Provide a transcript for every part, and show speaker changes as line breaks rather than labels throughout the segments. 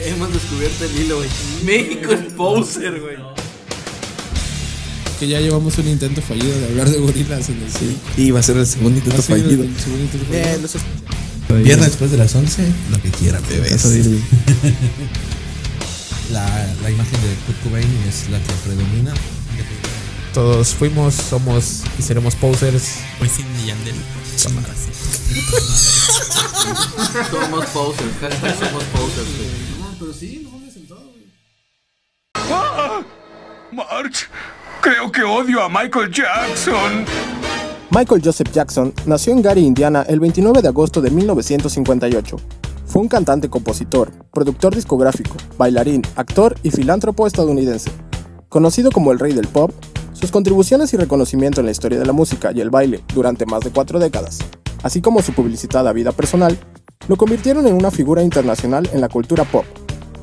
hemos descubierto el hilo, güey. México es poser, güey.
Que ya llevamos un intento fallido de hablar de gorilas en el sí.
Y va a ser el segundo intento
Ha sido el
fallido.
segundo intento fallido.
Eh, no sé.
Viernes después de las 11, lo que quieran,
Eso
bebés.
dice.
La, la imagen de Kurt Cobain es la que predomina.
Todos fuimos, somos y seremos posers.
Hoy
Pues
sin Yandel. Cámaras.
Somos poser, hashtag somos poser, güey.
No, pero sí, no me he sentado, güey.
March, creo que odio a Michael Jackson.
Michael Joseph Jackson nació en Gary, Indiana, el 29 de agosto de 1958. Fue un cantante, compositor, productor discográfico, bailarín, actor y filántropo estadounidense. Conocido como el rey del pop, sus contribuciones y reconocimiento en la historia de la música y el baile durante más de cuatro décadas, así como su publicitada vida personal, lo convirtieron en una figura internacional en la cultura pop.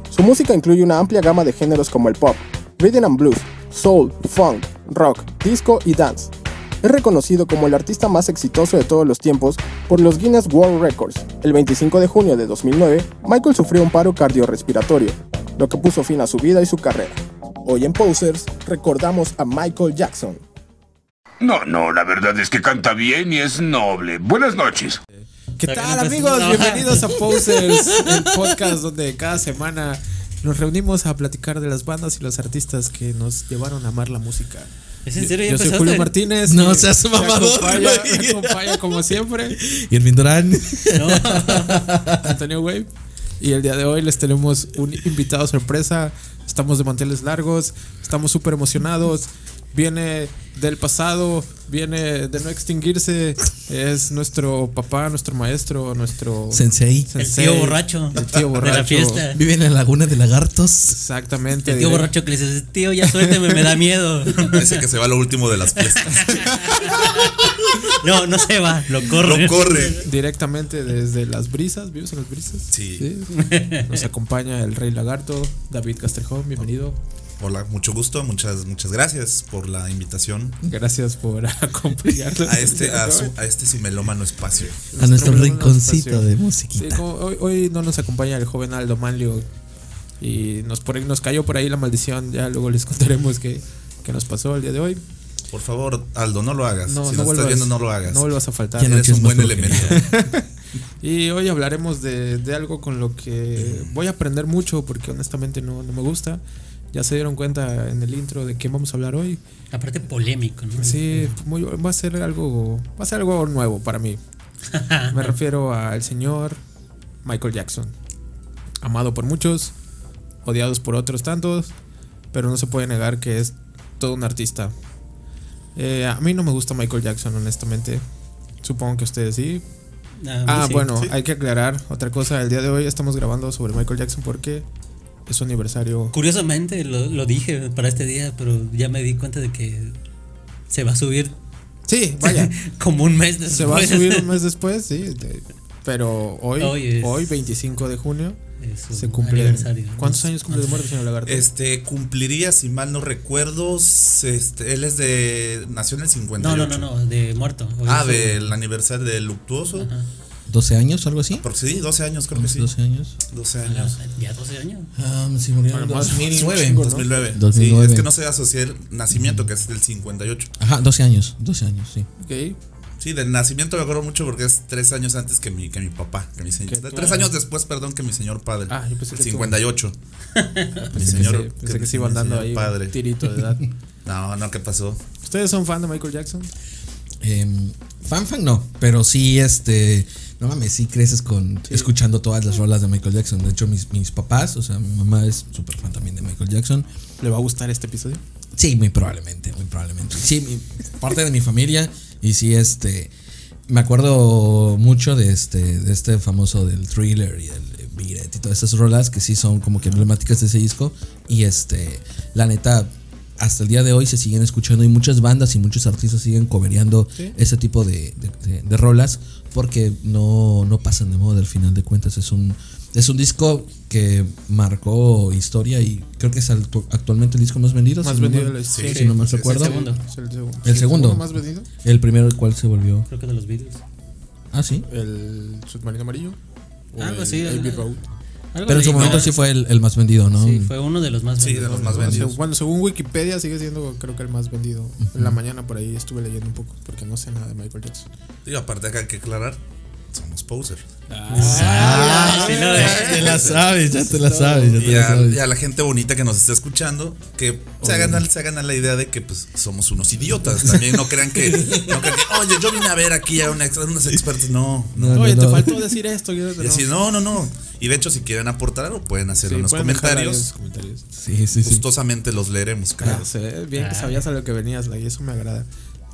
Su música incluye una amplia gama de géneros como el pop, rhythm and blues, soul, funk, rock, disco y dance. Es reconocido como el artista más exitoso de todos los tiempos por los Guinness World Records. El 25 de junio de 2009, Michael sufrió un paro cardiorrespiratorio, lo que puso fin a su vida y su carrera. Hoy en Posers recordamos a Michael Jackson.
No, no, la verdad es que canta bien y es noble. Buenas noches.
¿Qué
Está
tal
bien, pues,
amigos?
no.
Bienvenidos a Posers, el podcast donde cada semana nos reunimos a platicar de las bandas y los artistas que nos llevaron a amar la música.
¿Es en serio? ¿Ya
Yo soy
empezaste?
Julio Martínez.
No
y
seas
me
mamador,
acompaña-
güey.
me acompaña como siempre,
Y el Mindorán.
Antonio Wave. Y el día de hoy les tenemos un invitado sorpresa. Estamos de manteles largos, estamos súper emocionados. Viene del pasado, viene de no extinguirse. Es nuestro papá, nuestro maestro, nuestro
Sensei.
El
sensei,
tío borracho.
El tío borracho.
De la fiesta.
Vive en la laguna de lagartos.
Exactamente.
El tío borracho que le dice, tío, ya suélteme, me da miedo.
Ese que se va lo último de las fiestas.
No, no se va, lo corre.
Lo corre.
Directamente desde las brisas, ¿vives en las brisas?
Sí.
Nos acompaña el Rey Lagarto, David Castrejón, bienvenido.
Hola, mucho gusto. Muchas, muchas gracias por la invitación
Gracias por acompañarnos.
a este, a su, a este su melómano espacio.
A nuestro
Nuestro
rinconcito
espacio.
de
Sí,
musiquita.
como hoy, hoy no nos acompaña el joven Aldo Manlio y nos, por ahí- nos cayó por ahí la maldición, ya luego les contaremos qué, qué nos pasó el día de hoy.
Por favor, Aldo, no lo hagas.
No,
si
no
lo
vuelvas-
estás viendo, no lo hagas.
No vuelvas a faltar.
Ya no
Eres
noches
un buen
más brujería.
elemento.
Y hoy hablaremos de, de algo con lo que voy a aprender mucho porque honestamente no, no me gusta. Ya se dieron cuenta en el intro de quién vamos a hablar hoy.
Aparte polémico, ¿no?
Sí,
Este,
muy- va a ser algo va a ser algo nuevo para mí. Me refiero al señor Michael Jackson. Amado por muchos, odiados por otros tantos, pero no se puede negar que es todo un artista. Eh, a mí no me gusta Michael Jackson, honestamente. Supongo que ustedes sí,
Ah,
Ah,
sí.
bueno, hay que aclarar otra cosa. El día de hoy estamos grabando sobre Michael Jackson porque es su aniversario.
Curiosamente lo, lo dije para este día, pero ya me di cuenta de que se va a subir
Sí, vaya.
como un mes después.
se va a subir un mes después, sí. de- pero hoy,
Hoy
hoy,
es-
25 de junio,
de su
se cumple.
aniversario.
¿Cuántos años cumple de muerte, señor Lagarto?
Este cumpliría, si mal no recuerdo, este, él es de. Nació en el 58.
No, no, no, no, de muerto. Hoy
Ah,
es su-
del aniversario del luctuoso.
Ajá.
12 años, algo así.
Por sí, 12 años, creo que sí.
12 años.
12
Ah,
años.
Ya 12 años.
Ah, se murió en
Bueno, más-
2009.
¿no?
2009. Sí,
2009.
es que no se asocia el nacimiento, que es del 58.
Ajá, 12 años. 12 años, sí.
Ok.
Sí, del nacimiento me acuerdo mucho porque es tres años antes que mi, que mi papá. Que mi señor,
Que tú
tres
eres.
años después, perdón, que mi señor padre.
Ah, yo pensé
el
que tú.
58. mi
Pensé que
señor.
se- pensé que se
mi
iban dando
señor
ahí
Padre.
un tirito de edad.
No, no, ¿qué pasó?
¿Ustedes son fan de Michael Jackson?
Em, fan fan no, pero sí este, no mames, sí creces con escuchando todas las rolas de Michael Jackson. De hecho mis, mis papás, o sea, mi mamá es súper fan también de Michael Jackson.
¿Le va a gustar este episodio?
Sí, muy probablemente, muy probablemente. Sí, mi- parte de mi familia y sí este me acuerdo mucho de este de este famoso del Thriller y del Beat It y todas esas rolas que sí son como que emblemáticas de ese disco y este la neta hasta el día de hoy se siguen escuchando y muchas bandas y muchos artistas siguen cobereando ese tipo de, de- de- de rolas porque no, no pasan de moda al final de cuentas. Es un, es un disco que marcó historia y creo que es actu- actualmente el disco más vendido.
Más
si no
vendido
mal-
de la historia.
Si no mal recuerdo.
el segundo.
Es el segundo.
El segundo.
más vendido?
El primero el cual se volvió.
Creo que de los Beatles.
Ah, sí.
El submarino amarillo. o
Algo
el
así,
Abbey
ajá.
Road.
Algo
Pero en su
leí,
momento
¿no?
sí fue el, el más vendido, ¿no?
Sí, fue uno de los más
Sí, de
vendidos.
los más vendidos.
Bueno, según Wikipedia sigue siendo creo que el más vendido. En la mañana por ahí estuve leyendo un poco porque no sé nada de Michael Jackson.
Digo, aparte acá hay que aclarar, somos poser.
Ah, sí, no, eh.
te la sabes, ya te la sabes, ya
Y a, y a la gente bonita que nos está escuchando, que se hagan, al- se hagan a la idea de que pues, somos unos idiotas también. No crean que, no crean que, oye, yo vine a ver aquí a un ex- a unos expertos. No, no.
Oye,
no,
te
no.
faltó decir esto. yo creo que
Y
no.
así, no, no, no. Y de hecho, si quieren aportar algo, pueden
Sí,
hacerlo en los
pueden dejar ahí en los
comentarios.
comentarios.
Sí, sí, sí.
Gustosamente los leeremos, claro.
Ah, se ve bien que sabías a lo que venías, la, y eso me agrada.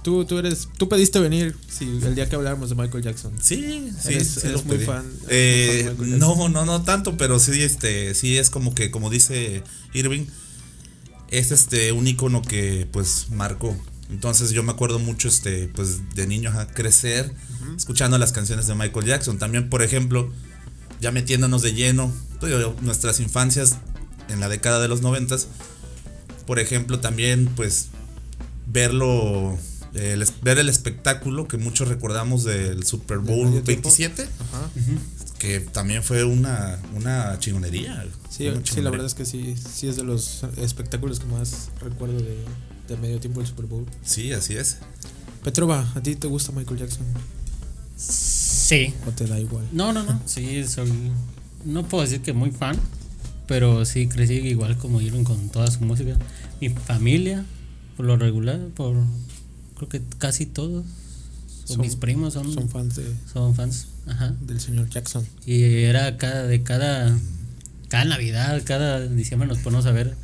Tú, tú eres, tú pediste venir si el día que habláramos de Michael Jackson.
Sí, sí,
Eres-
sí
eres
lo
muy
pedí.
fan- eres
Eh,
muy fan de Michael
no, no, no tanto, pero sí, este, sí es como que, como dice Irving, es este un icono que pues marcó. Entonces yo me acuerdo mucho, este, pues de niño a crecer escuchando las canciones de Michael Jackson. También, por ejemplo, ya metiéndonos de lleno, pues, yo- nuestras infancias en la década de los noventas, por ejemplo, también pues verlo, eh, el es- ver el espectáculo que muchos recordamos del Super Bowl
medio tiempo?
27, que también fue una, una chingonería.
Sí,
una
sí, la
chingonería.
verdad es que sí, sí es de los espectáculos que más recuerdo de, de medio tiempo del Super Bowl.
Sí, así es.
Petrova, ¿a ti te gusta Michael Jackson
Sí.
o te da igual?
No, no, no. Sí, soy. No puedo decir que muy fan, pero sí crecí igual como Irving con toda su música. Mi familia, por lo regular, por. Creo que casi todos. o
Son-
mis primos son,
Son fans de-
son fans. Ajá.
del señor Jackson.
Y era cada, de cada, cada Navidad, cada diciembre nos ponemos a ver,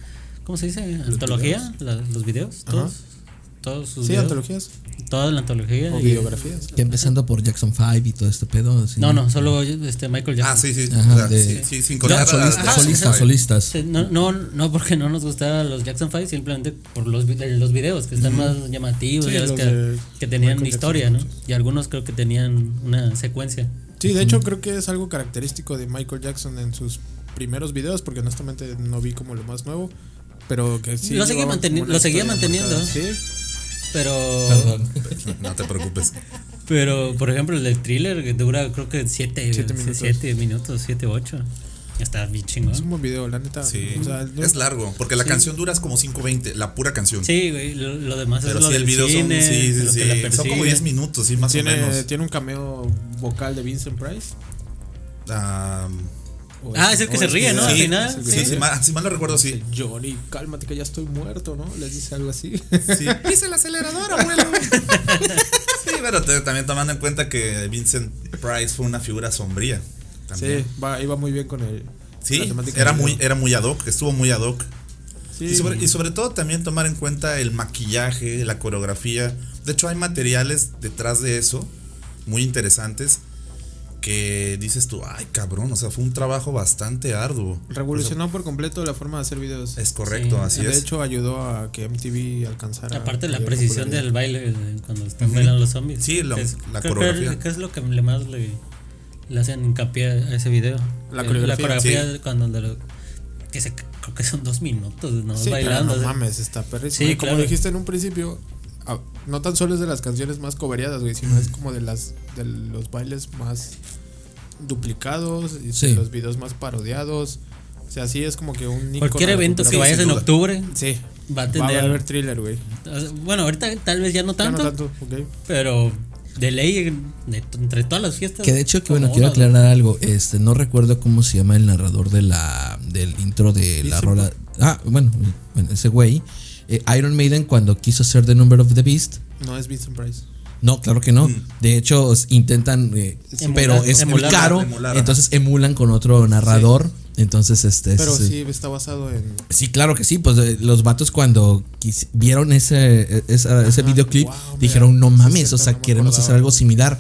¿cómo se dice? Antología, la- los videos, todos, todos sus
Sí,
videos,
antologías
toda la antología.
o
y-
biografías.
Que empezando por Jackson 5 y todo este pedo. así.
no, no, solo este Michael Jackson.
Ah, sí, sí.
Ajá,
o sea,
de-
sí, sí, sin
Ya,
contar a-
solistas,
a-
solistas,
a-
solistas.
Sí, No, no, no porque no nos gustaban los Jackson Five, simplemente por los, vi- los videos que están más llamativos,
Sí,
ya ves
los
que,
de
que tenían
Michael
historia,
Jackson,
¿no? Y algunos creo que tenían una secuencia.
Sí, de hecho creo que es algo característico de Michael Jackson en sus primeros videos, porque honestamente no vi como lo más nuevo, pero que sí.
Lo seguía
llevaba como
manteni-
una
lo seguía
historia
manteniendo.
marcada. Sí,
Pero
No te preocupes.
Pero, por ejemplo, el del thriller que dura creo que 7
Siete minutos.
7 minutos, 7, 8. Está bien chingón.
es un buen video, la neta.
Sí.
O sea, no-
es largo, porque la canción dura es como 5.20, la pura canción.
Sí, güey, lo, lo demás
Pero
es lo
sí,
del
el video son,
cine,
sí, sí,
lo que
sí,
la
son como
persigue.
10 minutos, sí, más o
tiene,
menos.
tiene un cameo vocal de Vincent Price.
Ah,
o
Ah, es el que
o
se ríe, ¿no?
que-
Al
sí,
final,
sí,
sí.
sí, si, mal, si mal no recuerdo, sí.
Johnny, cálmate que ya estoy muerto, ¿no? Les dice algo así.
sí. Pisa el acelerador, abuelo. sí, pero te- también tomando en cuenta que Vincent Price fue una figura sombría.
sí,
También.
va, iba muy bien con el. con la
Sí,
temática
era
del
muy,
video.
era muy ad hoc, estuvo muy ad hoc.
Sí.
Y sobre, y sobre todo también tomar en cuenta el maquillaje, la coreografía. De hecho, hay materiales detrás de eso muy interesantes que dices tú, ay cabrón, o sea, fue un trabajo bastante arduo.
Revolucionó por completo la forma de hacer videos.
Es correcto,
Sí.
así
de
es.
hecho, ayudó a que MTV alcanzara.
Aparte la
mayor
precisión
popularidad.
del baile de cuando están bailando los zombies.
Sí, lo-
Es-
la
creo que-
coreografía.
Que es lo que le más le, le hacen hincapié a ese video.
La
Eh,
coreografía,
sí.
de cuando de lo- que se, creo que son dos minutos, ¿no?
Sí, pero
bailando.
no
así.
mames, está perrísimo.
Sí,
Y como
claro.
dijiste en un principio, ah, no tan solo es de las canciones más coveriadas, güey, sino es como de las de los bailes más duplicados y
Sí.
de los videos más parodiados. O sea, sí es como que un
Cualquier
ícono de
evento
cultura
que vayas
pop.
en octubre
Sí.
va a
Va a
tener
haber thriller, güey.
o sea, bueno, ahorita tal vez ya no
Ya no
tanto,
tanto, ok.
pero de ley de- entre todas las fiestas
Que de hecho, que bueno,
como
quiero
ahora,
aclarar algo. Este, no recuerdo cómo se llama el narrador de la, del intro de la rola. Ah, bueno, bueno, ese güey. eh, Iron Maiden cuando quiso ser The Number of the Beast.
No es Vincent Price.
No, claro que no.
Mm.
De hecho, os intentan, eh,
Emular,
pero es muy
emular,
caro.
emular, ajá.
entonces emulan con otro narrador. Entonces, este.
Pero
sí.
sí. está basado en.
Sí, claro que sí. Pues eh, los vatos cuando quis- vieron ese, eh, esa- ese videoclip
wow, mira,
dijeron, no
sí es
mames,
cierto,
o sea,
no me
queremos
acordaba".
hacer algo similar.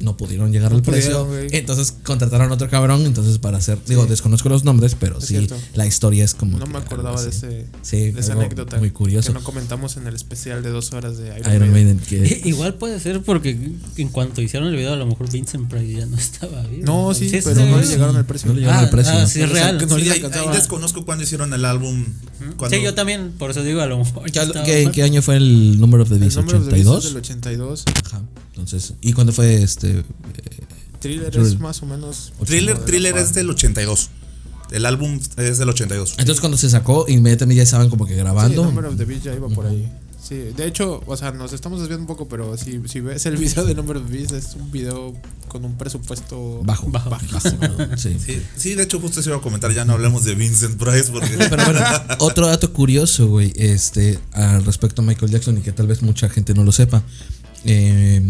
No pudieron llegar
No
al
pudieron,
precio.
güey.
Entonces contrataron a otro cabrón. Entonces, para hacer, digo, desconozco los nombres, pero sí,
cierto.
la historia es como.
No
que
me
algo
acordaba de,
así.
ese,
Sí,
de esa
algo
anécdota.
Muy curioso.
Que no comentamos en el especial de dos horas de Iron,
Iron
Maiden.
Maiden, que-
Igual puede ser porque en cuanto hicieron el video a lo mejor Vincent Price ya no estaba bien.
No, sí, pero
este
no le
güey.
llegaron al precio.
No le llegaron
Ah,
al precio.
ah, sí, es
No le
real.
sacan- no
Sí,
le
ahí- ahí,
alcanzaba.
desconozco cuándo hicieron el álbum. cuándo-
Sí, yo también, por eso digo, a lo mejor ya
¿Qué-
estaba
qué-
mal.
qué año fue el Number of the
El
Beast?
nombre de los del
¿82?
82.
Ajá. Entonces, ¿y cuándo fue este? eh,
Thriller
Thriller.
es más o menos.
Thriller, Thriller es del 82. El álbum es del 82.
Entonces cuando se sacó, inmediatamente ya estaban como que
Sí,
grabando.
Number of the Beast ya iba por ahí. Sí, de hecho, o sea, nos estamos desviando un poco, pero si, si ves el video de Number of the Beast, es un video con un presupuesto
bajo.
Bajo.
¿no? Sí.
Sí, sí, de hecho, justo se iba a comentar. Ya no hablemos de Vincent Price porque.
Pero bueno, otro dato curioso, güey, este, al respecto a Michael Jackson y que tal vez mucha gente no lo sepa. Eh,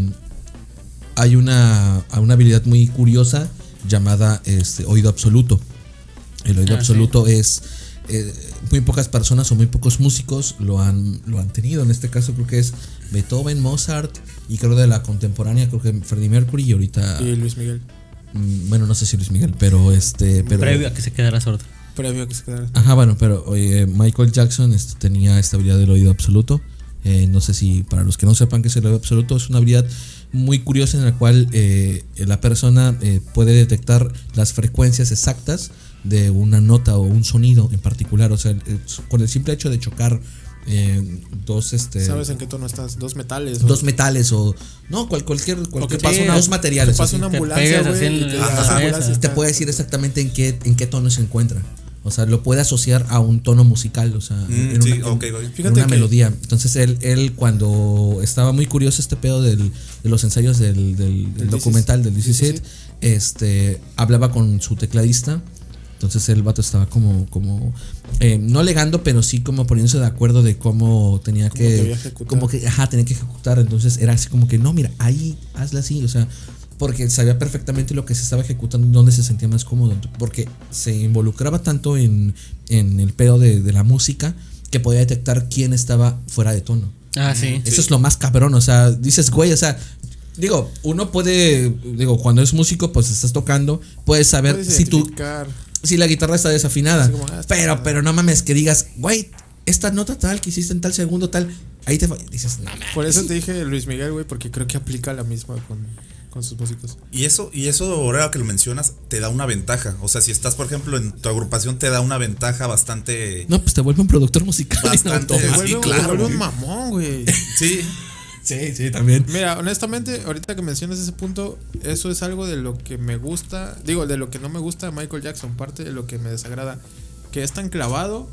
hay una, hay una habilidad muy curiosa llamada este, oído absoluto. El oído
Ah,
absoluto es. eh, muy pocas personas o muy pocos músicos lo han, lo han tenido. En este caso, creo que es Beethoven, Mozart y creo de la contemporánea, creo que Freddie Mercury y ahorita.
Y Luis Miguel,
mm, Bueno, no sé si Luis Miguel, pero este. Pero,
Previo a que se quedara sordo.
previo a que se quedara.
Ajá, bueno, pero oye, Michael Jackson este, tenía esta habilidad del oído absoluto. Eh, no sé si para los que no sepan qué es el oído absoluto, es una habilidad muy curiosa en la cual eh, la persona eh, puede detectar las frecuencias exactas de una nota o un sonido en particular. O sea, es- con el simple hecho de chocar eh, dos, este,
¿Sabes en qué tono estás? Dos metales. o-
dos metales o no, cual- cualquier, cualquier
pase
sí,
una-
dos materiales.
pasa
así.
una
Te
ambulancia,
pegas
güey.
así en
y te
la
dice, "Ah,
cabeza.
ambulancia
te
está".
puede decir exactamente en qué, en qué tono se encuentra. O sea, lo puede asociar a un tono musical, o sea,
Mm,
en
sí,
una, en-
ok, ok.
en
Fíjate
una
que-
melodía. Entonces él, él cuando estaba muy curioso este pedo del- de los ensayos del, del- del documental del 17, este, hablaba con su tecladista. Entonces el vato estaba como, como eh, no alegando, pero sí como poniéndose de acuerdo de cómo tenía que,
debía ejecutar.
como que, ajá, tenía que ejecutar. Entonces era así como que, no, mira, ahí hazla así, o sea, porque sabía perfectamente lo que se estaba ejecutando, dónde se sentía más cómodo, porque se involucraba tanto en, en el pedo de, de la música que podía detectar quién estaba fuera de tono.
Ah, sí.
Eso es lo más cabrón, o sea, dices, güey, o sea, digo, uno puede, digo, cuando es músico, pues estás tocando, puedes saber
Puedes
si tú
identificar.
si la guitarra está desafinada.
como, ah, está
pero, pero no mames, que digas, güey, esta nota tal que hiciste en tal segundo tal, ahí te fa-". dices, no mames.
Por eso te dije Luis Miguel, güey, porque creo que aplica la misma con, con sus músicos.
Y eso, y eso ahora que lo mencionas, te da una ventaja. O sea, si estás, por ejemplo, en tu agrupación, te da una ventaja bastante.
No, pues te vuelve un productor musical.
Bastante.
Te
Sí,
vuelve, te
claro,
vuelve un
güey.
mamón, güey.
Sí,
Sí, sí, también.
Mira, honestamente, ahorita que mencionas ese punto, eso es algo de lo que me gusta, digo, de lo que no me gusta de Michael Jackson, parte de lo que me desagrada, que es tan clavado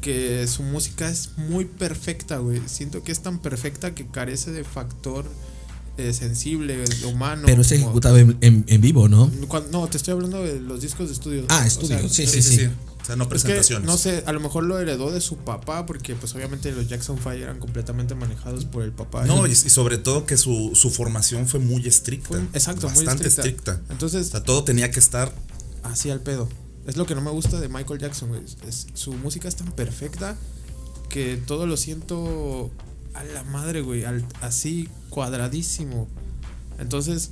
que su música es muy perfecta, güey. Siento que es tan perfecta que carece de factor eh, sensible, humano.
pero se
como-
ejecutaba en, en- en vivo, ¿no?
Cuan- no, te estoy hablando de los discos de estudio.
Ah,
O
estudio,
sea,
sí, sí, sí.
sí, sí, sí. O sea, no
es que,
presentaciones.
no sé, a lo mejor lo heredó de su papá, porque pues obviamente los Jackson Five eran completamente manejados por el papá.
No, y, y sobre todo que su, su formación fue muy estricta.
Fue- exacto, muy
bastante
estricta. Entonces-
o sea, todo tenía que estar.
así al pedo. Es lo que no me gusta de Michael Jackson, güey. Es- es- su música es tan perfecta que todo lo siento a la madre, güey. al- así cuadradísimo. Entonces,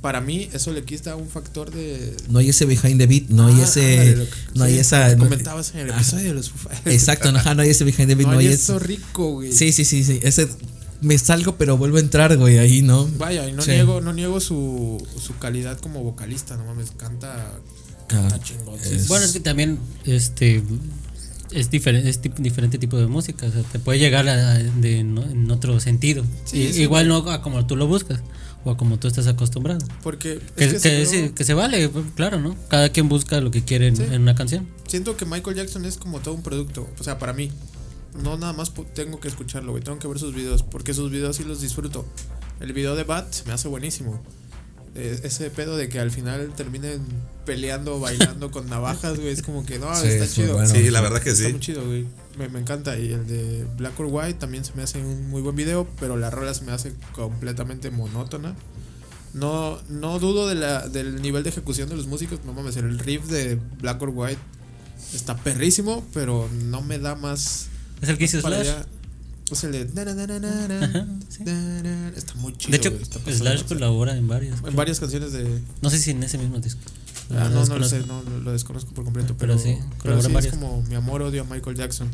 para mí, eso le quita un factor de.
No hay ese behind the beat, no hay
Ah,
ese.
ándale, lo que-
no hay
sí,
esa.
que
no-
comentabas en el episodio de los Foo Fighters.
Exacto, no, ajá, no hay ese behind the beat,
No,
no,
hay
hay
eso
ese.
rico, güey.
Sí, sí, sí, sí. Ese. Me salgo, pero vuelvo a entrar, güey, ahí, ¿no?
Vaya, y no
Sí.
niego, no niego su, su calidad como vocalista, no mames, canta, canta
Ah,
chingón.
Bueno, es que también este es diferente es tip- diferente tipo de música, o sea, te puede llegar a- a- de- no- en otro sentido.
Sí,
Y-
sí.
igual no a como tú lo buscas o a como tú estás acostumbrado.
Porque es
Que,
que
que
si
se-
no-
que se vale, claro, ¿no? Cada quien busca lo que quiere en, en una canción.
siento que Michael Jackson es como todo un producto. O sea, para mí, no nada más po- tengo que escucharlo, güey. Tengo que ver sus videos, porque sus videos sí los disfruto. El video de Bat me hace buenísimo. Eh, ese pedo de que al final terminen peleando, bailando con navajas, güey. Es como que no,
Sí,
está
es muy
chido.
bueno.
sí, la verdad que
Está
sí.
muy chido, güey. Me, me encanta. Y el de Black or White también se me hace un muy buen video, pero la rola se me hace completamente monótona. No, no dudo de la- del nivel de ejecución de los músicos. No mames, el riff de Black or White está perrísimo, pero no me da más.
Es el que hizo
para
Slash.
allá. Es el de. na, na, na, na, na, na,
Ajá, sí.
na, na. Está muy chido.
De hecho,
güey, está pasado de
Slash
lanza.
colabora en varias.
En varias canciones de.
No sé si en ese mismo disco.
Ah, no, no lo
Desconozco.
sé, no lo lo desconozco por completo, pero,
Pero sí,
pero
colabora
sí, es
varias.
como mi amor odio a Michael Jackson.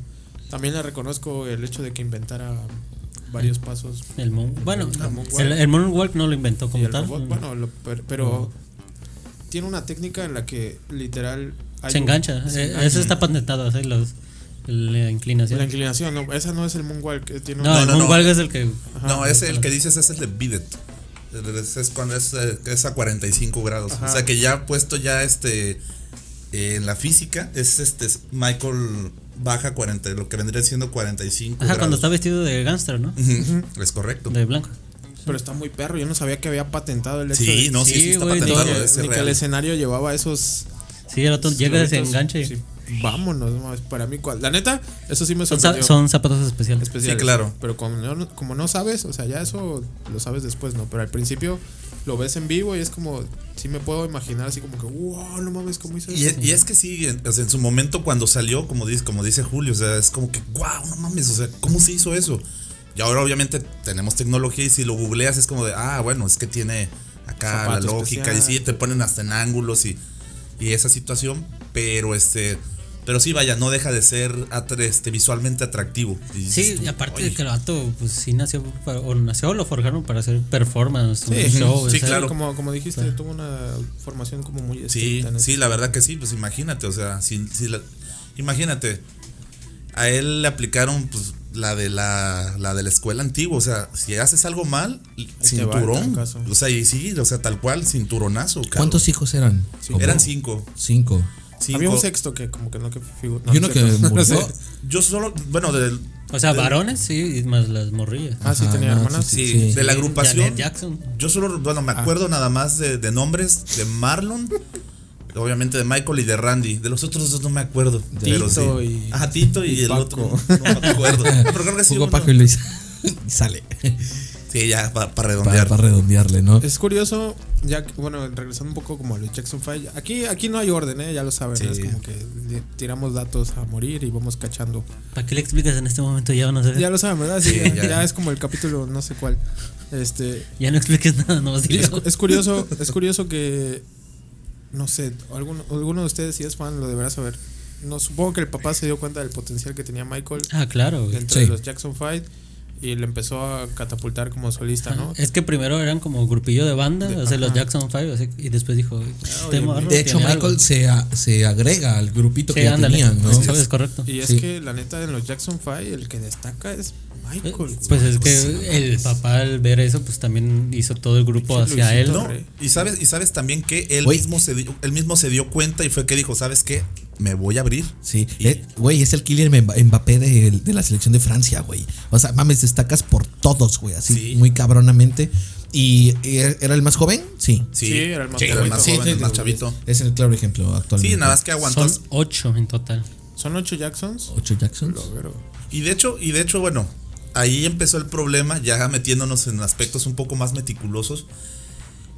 También le reconozco el hecho de que inventara varios pasos.
El moon- bueno,
Ah, Moonwalk.
el, el Moonwalk no lo inventó
y
como
el
tal.
robot, bueno, lo- per- pero tiene una técnica en la que literal hay
se
un-
engancha.
se
eh,
engancha.
Eso está patentado, hacer los, la inclinación.
La inclinación, no, esa no es el moonwalk, eh, tiene
no,
una-
el
no, no.
Moonwalk es el que.
no, es el que dices es el de Beat It. Es, es cuando es, eh, es a 45 grados. O sea, que ya puesto ya este. eh, en la física es este es Michael baja 40, lo que vendría siendo 45.
Ajá, cuando está
grados.
vestido de gángster, ¿no?
Ujú, Es correcto.
De blanco.
Pero está muy perro, yo no sabía que había patentado el hecho
Sí,
de-
no, sí, sí,
Sí,
está
güey,
ni
patentado.
que-
es
ni que
real.
el escenario llevaba esos
Sí, el otro llega, se engancha y.
Sí, vámonos, no mames, para mí cual- la neta, eso sí me
Son, za-
sorprendió.
son zapatos especiales.
especiales.
Sí, claro.
Pero como no, como no sabes, o sea, ya eso lo sabes después, ¿no? Pero al principio lo ves en vivo y es como, sí me puedo imaginar así como que, wow, no mames, ¿cómo hizo
Y,
eso?
es- y es que sí, en, o sea, en su momento cuando salió, como dice, como dice Julio, o sea, es como que, wow, no mames, o sea, ¿cómo se hizo eso? Y ahora obviamente tenemos tecnología y si lo googleas es como de, ah, bueno, es que tiene acá
Zapato
la lógica
especial.
y sí, te ponen hasta en ángulos y, y esa situación, pero este, pero sí, vaya, no deja de ser atra- este, visualmente atractivo. Y
Sí,
dices tú,
y aparte
"Oye".
de que el vato, pues sí nació, para- o nació o lo forjaron para hacer performance,
Sí,
un show.
sí,
o sea,
claro.
Como, como dijiste, tuvo una formación como muy
Sí,
estricta, ¿no?
sí, la verdad que sí, pues imagínate, o sea, si, si la- imagínate, a él le aplicaron pues, la de la, la de la escuela antigua, o sea, si haces algo mal,
te va, en
cinturón,
todo caso.
o sea, y sí, o sea, tal cual, cinturonazo. cabrón.
¿Cuántos hijos eran? Como
Eran cinco.
Cinco.
cinco.
Había un sexto que como que no que figu- no,
y uno
no
que
sé, no
murió.
sé.
Yo solo, bueno, del-
O sea,
del-
varones, sí, y más las morrillas.
Ah, sí,
Ajá,
tenía
no,
hermanas.
Sí,
Sí.
de la
Sí,
agrupación.
Janet Jackson.
Yo solo, bueno,
Ah.
me acuerdo nada más de, de nombres de Marlon, obviamente de Michael y de Randy. De los otros dos no me acuerdo. pero
Tito
sí.
y-
Ajá, Tito y,
y
el
Paco.
otro. No me acuerdo. Pero creo que sí.
Hugo,
uno.
Paco y Luis. Y Sale.
Sí, ya, para
Para,
redondear.
para redondearle, ¿no?
Es curioso, ya que- bueno, regresando un poco como a los Jackson 5, aquí, aquí no hay orden, ¿eh? ya lo saben,
Sí.
es como que le tiramos datos a morir y vamos cachando.
¿Para qué le explicas en este momento? Ya van a saber.
Ya lo saben, ¿verdad? Sí,
Sí,
ya,
ya.
es como el capítulo no sé cuál. Este,
Ya no expliques nada, nomás
es,
diles.
cu- es curioso, es curioso que no sé, alguno, alguno de ustedes si es fan lo deberá saber. No supongo que el papá se dio cuenta del potencial que tenía Michael
Ah, claro. güey.
dentro
Sí.
de los Jackson 5 y le empezó a catapultar como solista, ¿no?
Es que primero eran como grupillo de banda, o sea, los Jackson Five, así, y después dijo, este morro
De hecho,
tiene
Michael
algo.
se, a- se agrega al grupito
Sí,
que ya
ándale,
tenían, ¿no?
sí, sabes, correcto.
Y es
Sí.
que la neta en los Jackson 5 el que destaca es
Eh,
Michael. güey.
Pues es que el papá al ver eso, pues también hizo todo el grupo
Sí,
hacia él.
Luisito,
No, y sabes, y sabes también que él
Güey.
mismo se dio, él mismo se dio cuenta y fue que dijo, ¿sabes qué? Me voy a abrir.
Sí,
Y-
eh, güey, es el killer Mb- Mbappé de, de la selección de Francia, güey. O sea, mames, destacas por todos, güey, así
Sí.
muy cabronamente. ¿Y eh, era el más joven? Sí.
Sí,
Sí, era el más
era el
joven.
más
Sí,
joven,
sí,
el más
sí,
chavito.
Es el claro ejemplo actualmente.
Sí, nada más que aguantó.
Son ocho en total.
Son ocho Jacksons.
Ocho Jacksons.
Pero
Y de hecho, y de hecho, bueno, ahí empezó el problema, ya metiéndonos en aspectos un poco más meticulosos.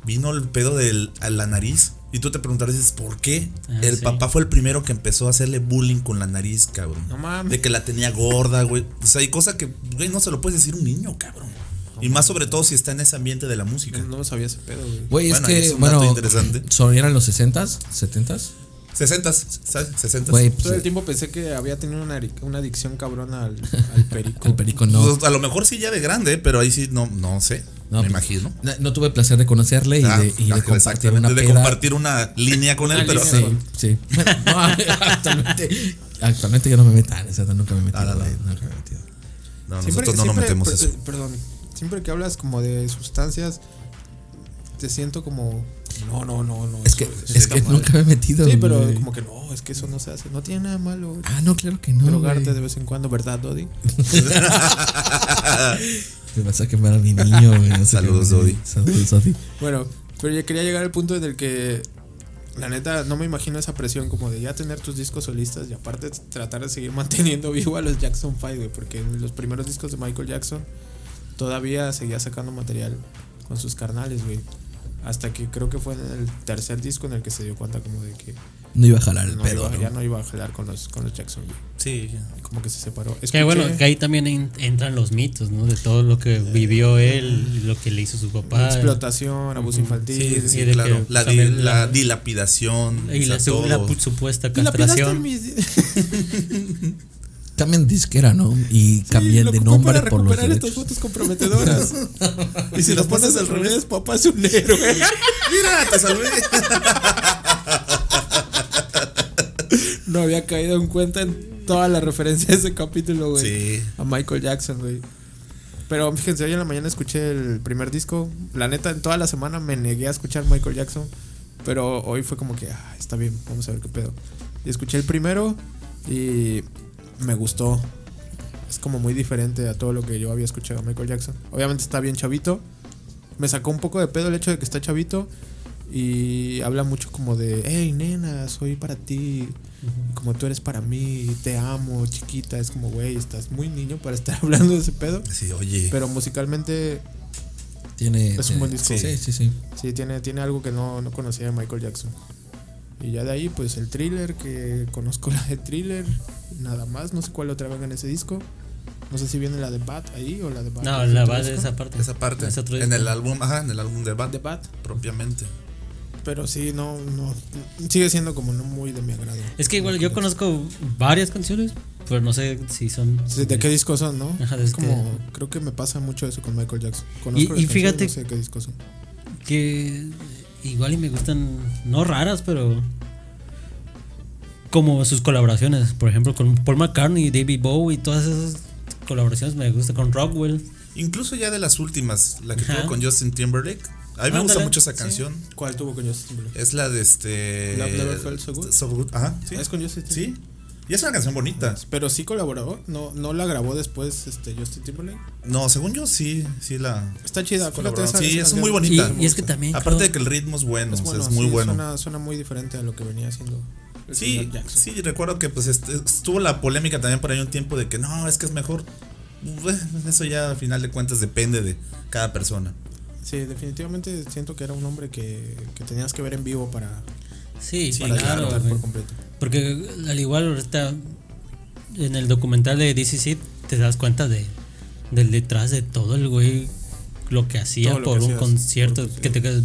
Vino el pedo de la nariz. Y tú te preguntarás, dices, ¿por qué?
Ah,
el
sí.
papá fue el primero que empezó a hacerle bullying con la nariz, cabrón.
No mames.
De que la tenía gorda, güey. O sea, hay cosa que, güey, no se lo puedes decir a un niño, cabrón. Y más sobre todo si está en ese ambiente de la música.
no sabía ese pedo, güey.
Güey,
Bueno,
es
es
que,
un dato
bueno,
interesante.
son, eran los 60s, 70s.
60, ¿sabes? 60.
Güey,
Todo el
pues,
tiempo pensé que había tenido una, ari- una adicción cabrona al, al perico.
el perico no.
Pues, A lo mejor sí ya de grande, pero ahí sí, no, no sé.
No,
me
pues,
imagino.
No, no tuve placer de conocerle y
Ah,
de, y de
ah,
compartir
exactamente,
una
de
peda.
compartir una línea con él, pero
Sí, sí. Bueno, no, actualmente, actualmente yo no me meto en esa, nunca me he metido.
Ah, no, no.
güey, nunca me he metido.
No,
Siempre-
nosotros no
siempre-
nos
pues,
metemos
per-
eso.
Perdón. Siempre que hablas como de sustancias, te siento como. No, no, no, no.
Es
eso-
que,
eso
es
está
que
mal.
nunca me he metido.
Sí, pero
güey.
como que no, es que eso no se hace. No tiene nada de malo. güey.
Ah, no, claro que no.
Drogarte
güey.
de vez en cuando, ¿verdad, Dodi?
Me vas a quemar a mi niño, güey. No sé
Saludos,
qué-
Dodi.
Saludos, Dodi.
Bueno, pero yo quería llegar al punto en el que la neta no me imagino esa presión como de ya tener tus discos solistas y aparte tratar de seguir manteniendo vivo a los Jackson 5, güey, porque en los primeros discos de Michael Jackson todavía seguía sacando material con sus carnales, güey. Hasta que creo que fue en el tercer disco en el que se dio cuenta como de que
No iba a jalar el
no
pedo.
iba-
¿no?
ya no iba a jalar con los, con los Jackson, güey.
Sí,
Y Como que se separó.
Que
Escuché-
bueno, que ahí también en- entran los mitos, ¿no? De todo lo que vivió él, lo que le hizo su papá.
Explotación, abuso infantil.
sí, sí,
y de
claro.
que
La, di-
también
la
la-
dilapidación.
Y
o
la,
sea,
su- la
todo.
pu- supuesta
Dilapidaste
castración.
mis-
Cambian de disquera, ¿no? Y cambian
lo
de
ocupé
nombre
para
por los
recuperar estas
derechos.
fotos comprometedoras. y si las pones al revés, papá es un héroe.
Mira, te salvé.
No había caído en cuenta en toda la referencia de ese capítulo, güey.
Sí.
A Michael Jackson, güey. Pero fíjense, hoy en la mañana escuché el primer disco. La neta, en toda la semana me negué a escuchar Michael Jackson. Pero hoy fue como que, ah, está bien, vamos a ver qué pedo. Y escuché el primero y me gustó. Es como muy diferente a todo lo que yo había escuchado de Michael Jackson. Obviamente está bien chavito. Me sacó un poco de pedo el hecho de que está chavito. Y habla mucho como de, hey nena, soy para ti. Como tú eres para mí, te amo, chiquita. Es como, güey, estás muy niño para estar hablando de ese pedo.
Sí, oye.
Pero musicalmente
Tiene,
Es un buen disco.
Sí, sí, sí.
Sí, tiene, tiene algo que no, no conocía de Michael Jackson. Y ya de ahí, pues el thriller, que conozco la de thriller, nada más, no sé cuál otra venga en ese disco. No sé si viene la de Bat ahí o la de Bat.
No, la va de esa parte.
Esa parte.
Es otro
en el
disco.
álbum, ajá, en el álbum de Bad,
De Bat,
propiamente.
pero sí, no, no. Sigue siendo como no muy de mi agrado.
Es que igual yo conozco varias canciones, pero no sé si son.
Sí, ¿De qué disco son, no?
Ajá,
es
es
como, creo que me pasa mucho eso con Michael Jackson. Conozco las
Y- y
canciones,
fíjate-
No sé de qué disco son.
que igual y me gustan, no raras, pero como sus colaboraciones, por ejemplo, con Paul McCartney, David Bowie, todas esas colaboraciones me gustan con Rockwell.
Incluso ya de las últimas, la que
Ajá.
tuvo con Justin Timberlake. A mí me gusta
Ándale,
mucho esa
sí.
canción.
¿Cuál tuvo con Justin Timberlake?
Es la de este.
Love Never Felt So Good.
Ajá, sí.
¿Es con Justin Timberlake?
Sí. Y es una canción bonita.
Pero sí colaboró, no, no la grabó después este, Justin Timberlake.
No, según yo sí, sí la.
Está chida, fíjate
colaboraron.
esa-
Sí,
esa
es
canción.
muy
Y,
bonita.
y es que también
Aparte
creo-
de que el ritmo es bueno, o sea, es,
bueno,
muy
sí,
bueno.
Suena, suena muy diferente a lo que venía haciendo. el
Sí,
señor Jackson.
sí, recuerdo que pues este, estuvo la polémica también por ahí un tiempo de que no, es que es mejor. Bueno, Eso ya al final de cuentas depende de cada persona.
Sí, definitivamente siento que era un hombre que, que tenías que ver en vivo para,
sí,
Sí,
para
claro,
disfrutar
güey.
por completo.
porque al igual ahorita en el documental de DCC te das cuenta de del detrás de todo el güey lo que hacía
Todo lo
por
que
un
hacías,
concierto
por-
que te quedas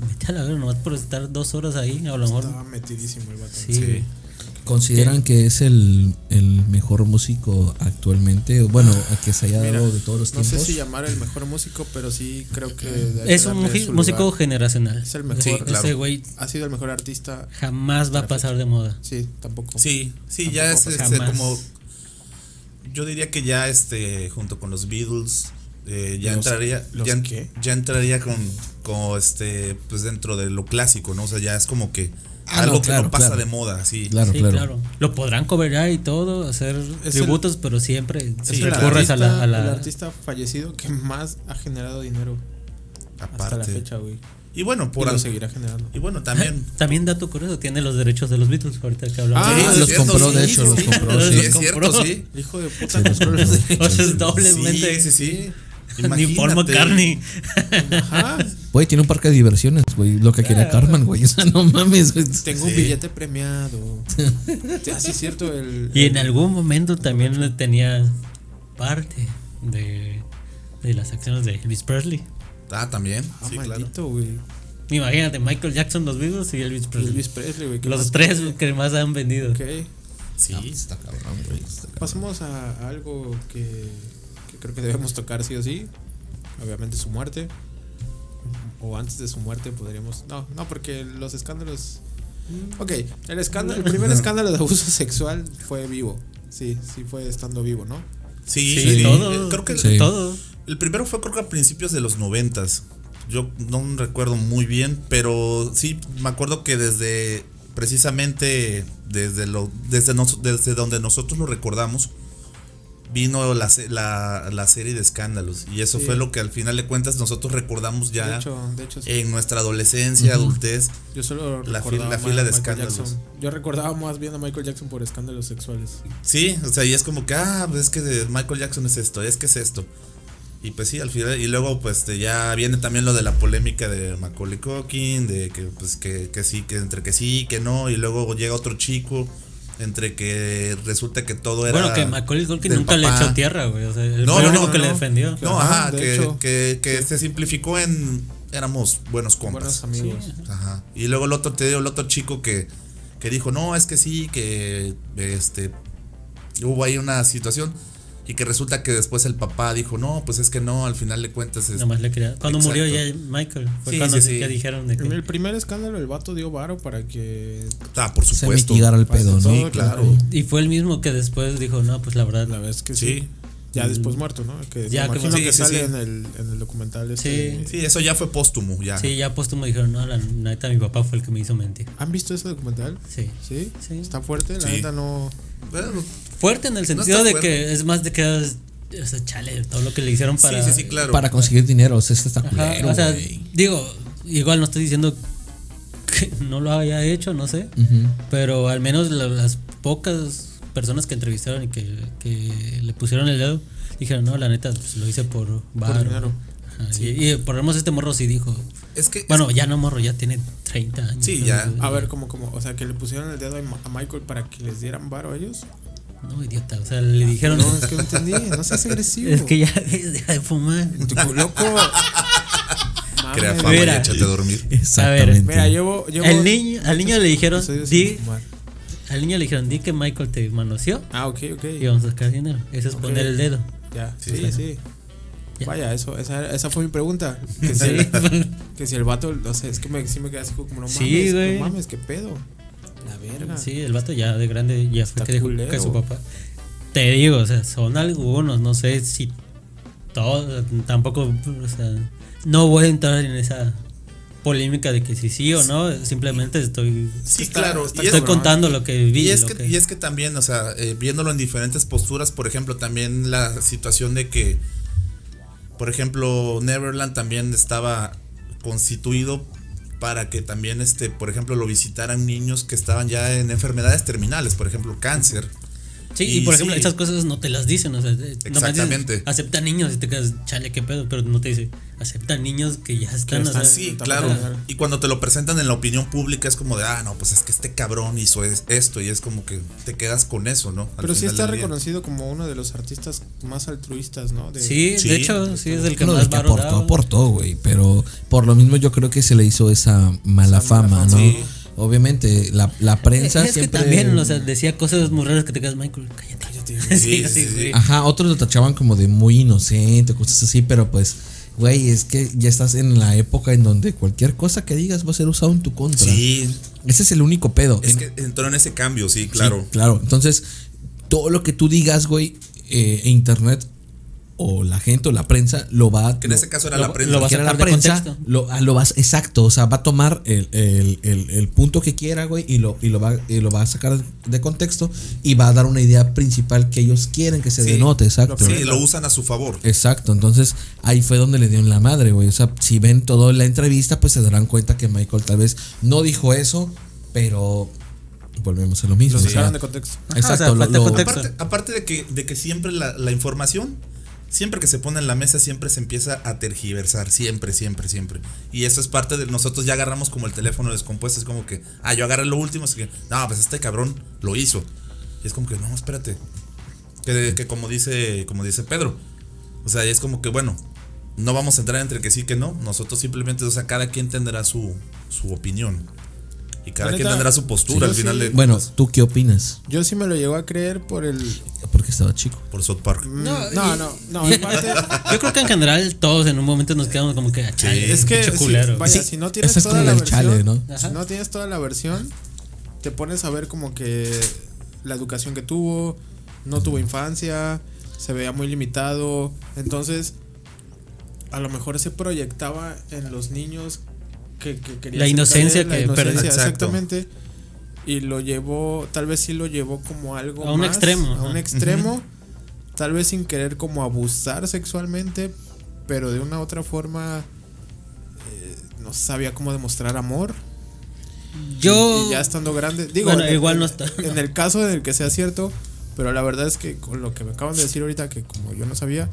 vete a la verga nomás por estar dos horas ahí a lo mejor
Estaba metidísimo el vato.
sí,
sí.
güey.
¿Consideran que es el, el mejor músico actualmente? Bueno, a que se haya dado de todos los
No
tiempos.
sé si llamar el mejor músico, pero sí creo que. hay que
Es un
darle
muji-
su
músico
lugar.
generacional.
Es el mejor.
Sí, claro.
Ese güey
Ha sido el mejor artista.
jamás va a pasar de moda.
Sí, tampoco.
Sí, sí, ya es
Tampoco,
este,
jamás.
como. Yo diría que ya este, junto con los Beatles, eh, ya
¿Los-
entraría.
los
ya,
qué?
ya entraría con, con este, pues dentro de lo clásico, ¿no? O sea, ya es como que
Ah,
algo
no,
que
claro,
no pasa
claro.
de moda, sí.
Claro,
Sí,
claro.
claro. Lo podrán coberar y todo, hacer
Es
tributos, pero siempre
Sí,
el,
claro.
recurres
artista,
a la, a la-
el artista fallecido que más ha generado dinero hasta la
Aparte.
fecha, güey.
y bueno, por
Por lo
al-
seguirá generando.
Y bueno, también.
También dato curioso, tiene los derechos de los Beatles ahorita que hablamos.
Ah,
es
los
cierto,
compró, de
sí,
hecho, los
sí,
compró,
sí,
sí.
es cierto,
Compró.
sí.
El hijo de puta compró los
O sea, es
Sí,
doblemente.
sí, sí.
Ni Paul
Imagínate.
McCartney.
Ajá.
Güey, tiene un parque de diversiones, güey. Lo que
Eh,
quería Carmen, güey. O sea, no mames, güey.
Tengo un billete premiado. Así es cierto. El,
Y en algún momento también le tenía parte de, de las acciones de Elvis Presley.
Ah, también.
Ah,
sí, claro.
maldito, güey.
Imagínate, Michael Jackson, los Beatles y Elvis Presley.
Elvis Presley, güey. ¿qué
los
más?
tres que más han vendido.
Ok.
Sí.
Está cabrón, güey. está cabrón.
Pasemos a algo que, que creo que debemos tocar sí o sí. Obviamente su muerte. O antes de su muerte podríamos... No, no, porque los escándalos... Ok, el, escándalo, el primer escándalo de abuso sexual fue vivo. Sí, sí fue estando vivo, ¿no?
Sí,
Sí,
sí.
todo.
Eh, Creo que el-
Sí.
todo.
el primero fue creo que a principios de los noventas. Yo no me recuerdo muy bien, pero sí me acuerdo que desde precisamente desde lo desde nos- desde donde nosotros lo recordamos vino la, se- la, la serie de escándalos y eso
Sí.
fue lo que al final de cuentas nosotros recordamos ya
De hecho, de hecho sí.
en nuestra adolescencia, adultez.
Yo solo
La
recordaba
fil- la
más
fila
a
de
Michael
escándalos.
Jackson. Yo recordaba más bien a Michael Jackson por escándalos sexuales.
Sí, o sea, y es como que, ah, pues es que de Michael Jackson es esto, es que es esto. Y pues sí, al final, y luego pues este, ya viene también lo de la polémica de Macaulay Culkin, de que pues que, que sí, que entre que sí, que no, y luego llega otro chico, entre que resulta que todo era...
Bueno, que Macaulay Culkin
del
nunca le
papá.
echó tierra, güey. O sea, él
No,
fue el
no,
único
no,
que le
no.
defendió.
No,
Ajá,
ajá,
de
que,
hecho.
que, que se simplificó en éramos buenos compas.
Buenos amigos.
Ajá. Y luego el otro, te digo, el otro chico que, que dijo, no, es que sí, que este hubo ahí una situación y que resulta que después el papá dijo, no, pues es que no, al final le cuentas es-
Nomás le quería. Cuando
Exacto.
murió ya Michael, fue
Sí,
cuando
sí, sí.
ya dijeron de
En el
que.
primer escándalo el vato dio varo para que...
Ah, por
Se
supuesto.
mitigar el pedo, ¿no?
Sí, claro.
Y fue el mismo que después dijo, no, pues la verdad.
La vez que sí.
Sí.
Ya después muerto, ¿no? Que
Ya
me
que
imagino
muerto.
que
Sí, sí,
sale
sí.
En, el, en el documental. este.
Sí, eso ya fue póstumo, ya.
Sí, ya póstumo dijeron, no, la neta, mi papá fue el que me hizo mentir.
¿Han visto ese documental?
Sí.
Sí.
Sí.
Está fuerte, la
Sí.
neta no.
Bueno,
Fuerte en el sentido
está
de
fuerte.
que es más de que ah, o sea, chale, todo lo que le hicieron para.
sí, sí, sí, claro.
Para conseguir dinero, o sea, esto está
Ajá,
culero,
o sea,
güey.
digo, igual no estoy diciendo que no lo haya hecho, no sé.
Ujú.
Pero al menos la- las pocas personas que entrevistaron y que, que le pusieron el dedo dijeron, no, la neta, pues, lo hice por varo".
dinero.
Ajá, Y, y por lo menos este morro sí dijo.
Es que.
Bueno, ya no morro, ya tiene 30 años.
Sí,
¿no?
ya.
A ver, como, como, o sea, que le pusieron el dedo a Ma- a Michael para que les dieran varo a ellos.
No, idiota. O sea, le dijeron.
No, es que no entendí, no seas agresivo.
Es que ya deja de fumar.
Tu loco. Mames.
Crea fama
Mira.
y échate a dormir.
Exactamente.
Mira, llevo. llevo
El niño, al niño le dijeron,
episodios sin
di,
fumar.
al niño le dijeron, di que Michael te manoseó
Ah, ok, ok.
y vamos a sacar dinero. Eso es poner el dedo.
Ya, sí,
claro.
sí.
Ya.
Vaya, eso, esa, esa fue mi pregunta. Que si, que si el vato, no sé, es que me, sí me quedé así como, no mames,
Sí, güey.
no mames, qué pedo. La verga.
Sí, el vato ya de grande ya fue
Está
que dejó
culero.
que su papá. Te digo, o sea, son algunos, no sé si todos, tampoco, o sea, no voy a entrar en esa polémica de que si sí o no, simplemente estoy,
Sí,
Está-
claro.
está
y es-
estoy contando lo que vi.
Y es,
lo
que,
que-
y es que también, o sea, eh, viéndolo en diferentes posturas, por ejemplo, también la situación de que, por ejemplo, Neverland también estaba constituido para que también, este, por ejemplo, lo visitaran niños que estaban ya en enfermedades terminales, por ejemplo, cáncer.
Sí, y, por
y
ejemplo,
sí.
esas cosas no te las dicen, o sea, eh, nomás
Exactamente.
dices, acepta niños y te quedas, chale, qué pedo, pero no te dice, acepta niños que ya están, o sea,
Sí, claro. Y cuando te lo presentan en la opinión pública es como de, ah, no, pues es que este cabrón hizo es- esto y es como que te quedas con eso, ¿no? Al
Pero sí
final
está
del día.
reconocido como uno de los artistas más altruistas, ¿no? De-
Sí,
Sí.
de hecho, sí es el que
Lo
más
que
varo
aportó,
daba.
aportó, güey. Pero por lo mismo yo creo que se le hizo esa mala fama, ¿no? Obviamente, la, la prensa
Es
siempre.
que también, o sea, decía cosas muy raras que te quedas, Michael, cállate. sí,
Sí,
sí,
sí,
sí.
Ajá, otros lo tachaban como de muy inocente, cosas así, pero pues, güey, es que ya estás en la época en donde cualquier cosa que digas va a ser usado en tu contra.
Sí,
Ese es el único pedo.
es
En-
que entró en ese cambio, sí, claro.
Sí, claro. Entonces, todo lo que tú digas, güey, eh, en internet o la gente o la prensa lo va a.
Que en ese caso era
Lo-
la prensa.
lo vas
que
a
era la
sacar de
prensa,
contexto.
lo, ah, lo vas, exacto, o sea, va a tomar el, el- el- el punto que quiera, güey, y lo, y, lo va, y lo va a sacar de contexto y va a dar una idea principal que ellos quieren que se
Sí,
denote, exacto.
Sí, lo usan a su favor.
Exacto, entonces ahí fue donde le dio en la madre, güey. O sea, si ven toda la entrevista, pues se darán cuenta que Michael tal vez no dijo eso, pero volvemos a lo mismo.
Lo
o sea,
sacaron de contexto.
Exacto,
o sea,
lo-
falta
lo-
contexto.
Aparte, aparte de, que, de que siempre la, la información, siempre que se pone en la mesa, siempre se empieza a tergiversar. Siempre, siempre, siempre. Y eso es parte de. Nosotros ya agarramos como el teléfono descompuesto. Es como que, ah, yo agarré lo último. Así que, no, pues este cabrón lo hizo. Y es como que, no, espérate. Que, que como, dice, como dice Pedro. O sea, es como que, bueno, no vamos a entrar entre que sí que no. Nosotros simplemente, o sea, cada quien tendrá su, su opinión. Y cada
La
quien
neta,
tendrá su postura
sí,
al
yo
final
sí.
de.
Bueno, ¿tú qué opinas?
Yo sí me lo llego a creer por el.
Porque estaba chico.
por South Park.
No, no, no. no, en parte-
Yo creo que en general todos en un momento nos quedamos como que, "Ah, chale,
Sí.
es que.
pinche
si-
culero".
vaya,
Sí,
si no tienes
eso es
toda
como
la
el
versión.
chale, ¿no?
Si no tienes toda la versión, te pones a ver como que la educación que tuvo, no tuvo infancia, se veía muy limitado. Entonces, a lo mejor se proyectaba en los niños que, que quería
La
sacarle
inocencia que perdió.
Exacto.
Exactamente. Y lo llevó, tal vez sí lo llevó como algo.
A un
más,
extremo,
A un
ajá.
extremo. Tal vez sin querer como abusar sexualmente, pero de una u otra forma eh, no sabía cómo demostrar amor.
yo
Oh.
Y ya estando grande. Digo,
Bueno,
en el-
igual no está,
En el caso en el que sea cierto, pero la verdad es que con lo que me acaban de decir ahorita, que como yo no sabía,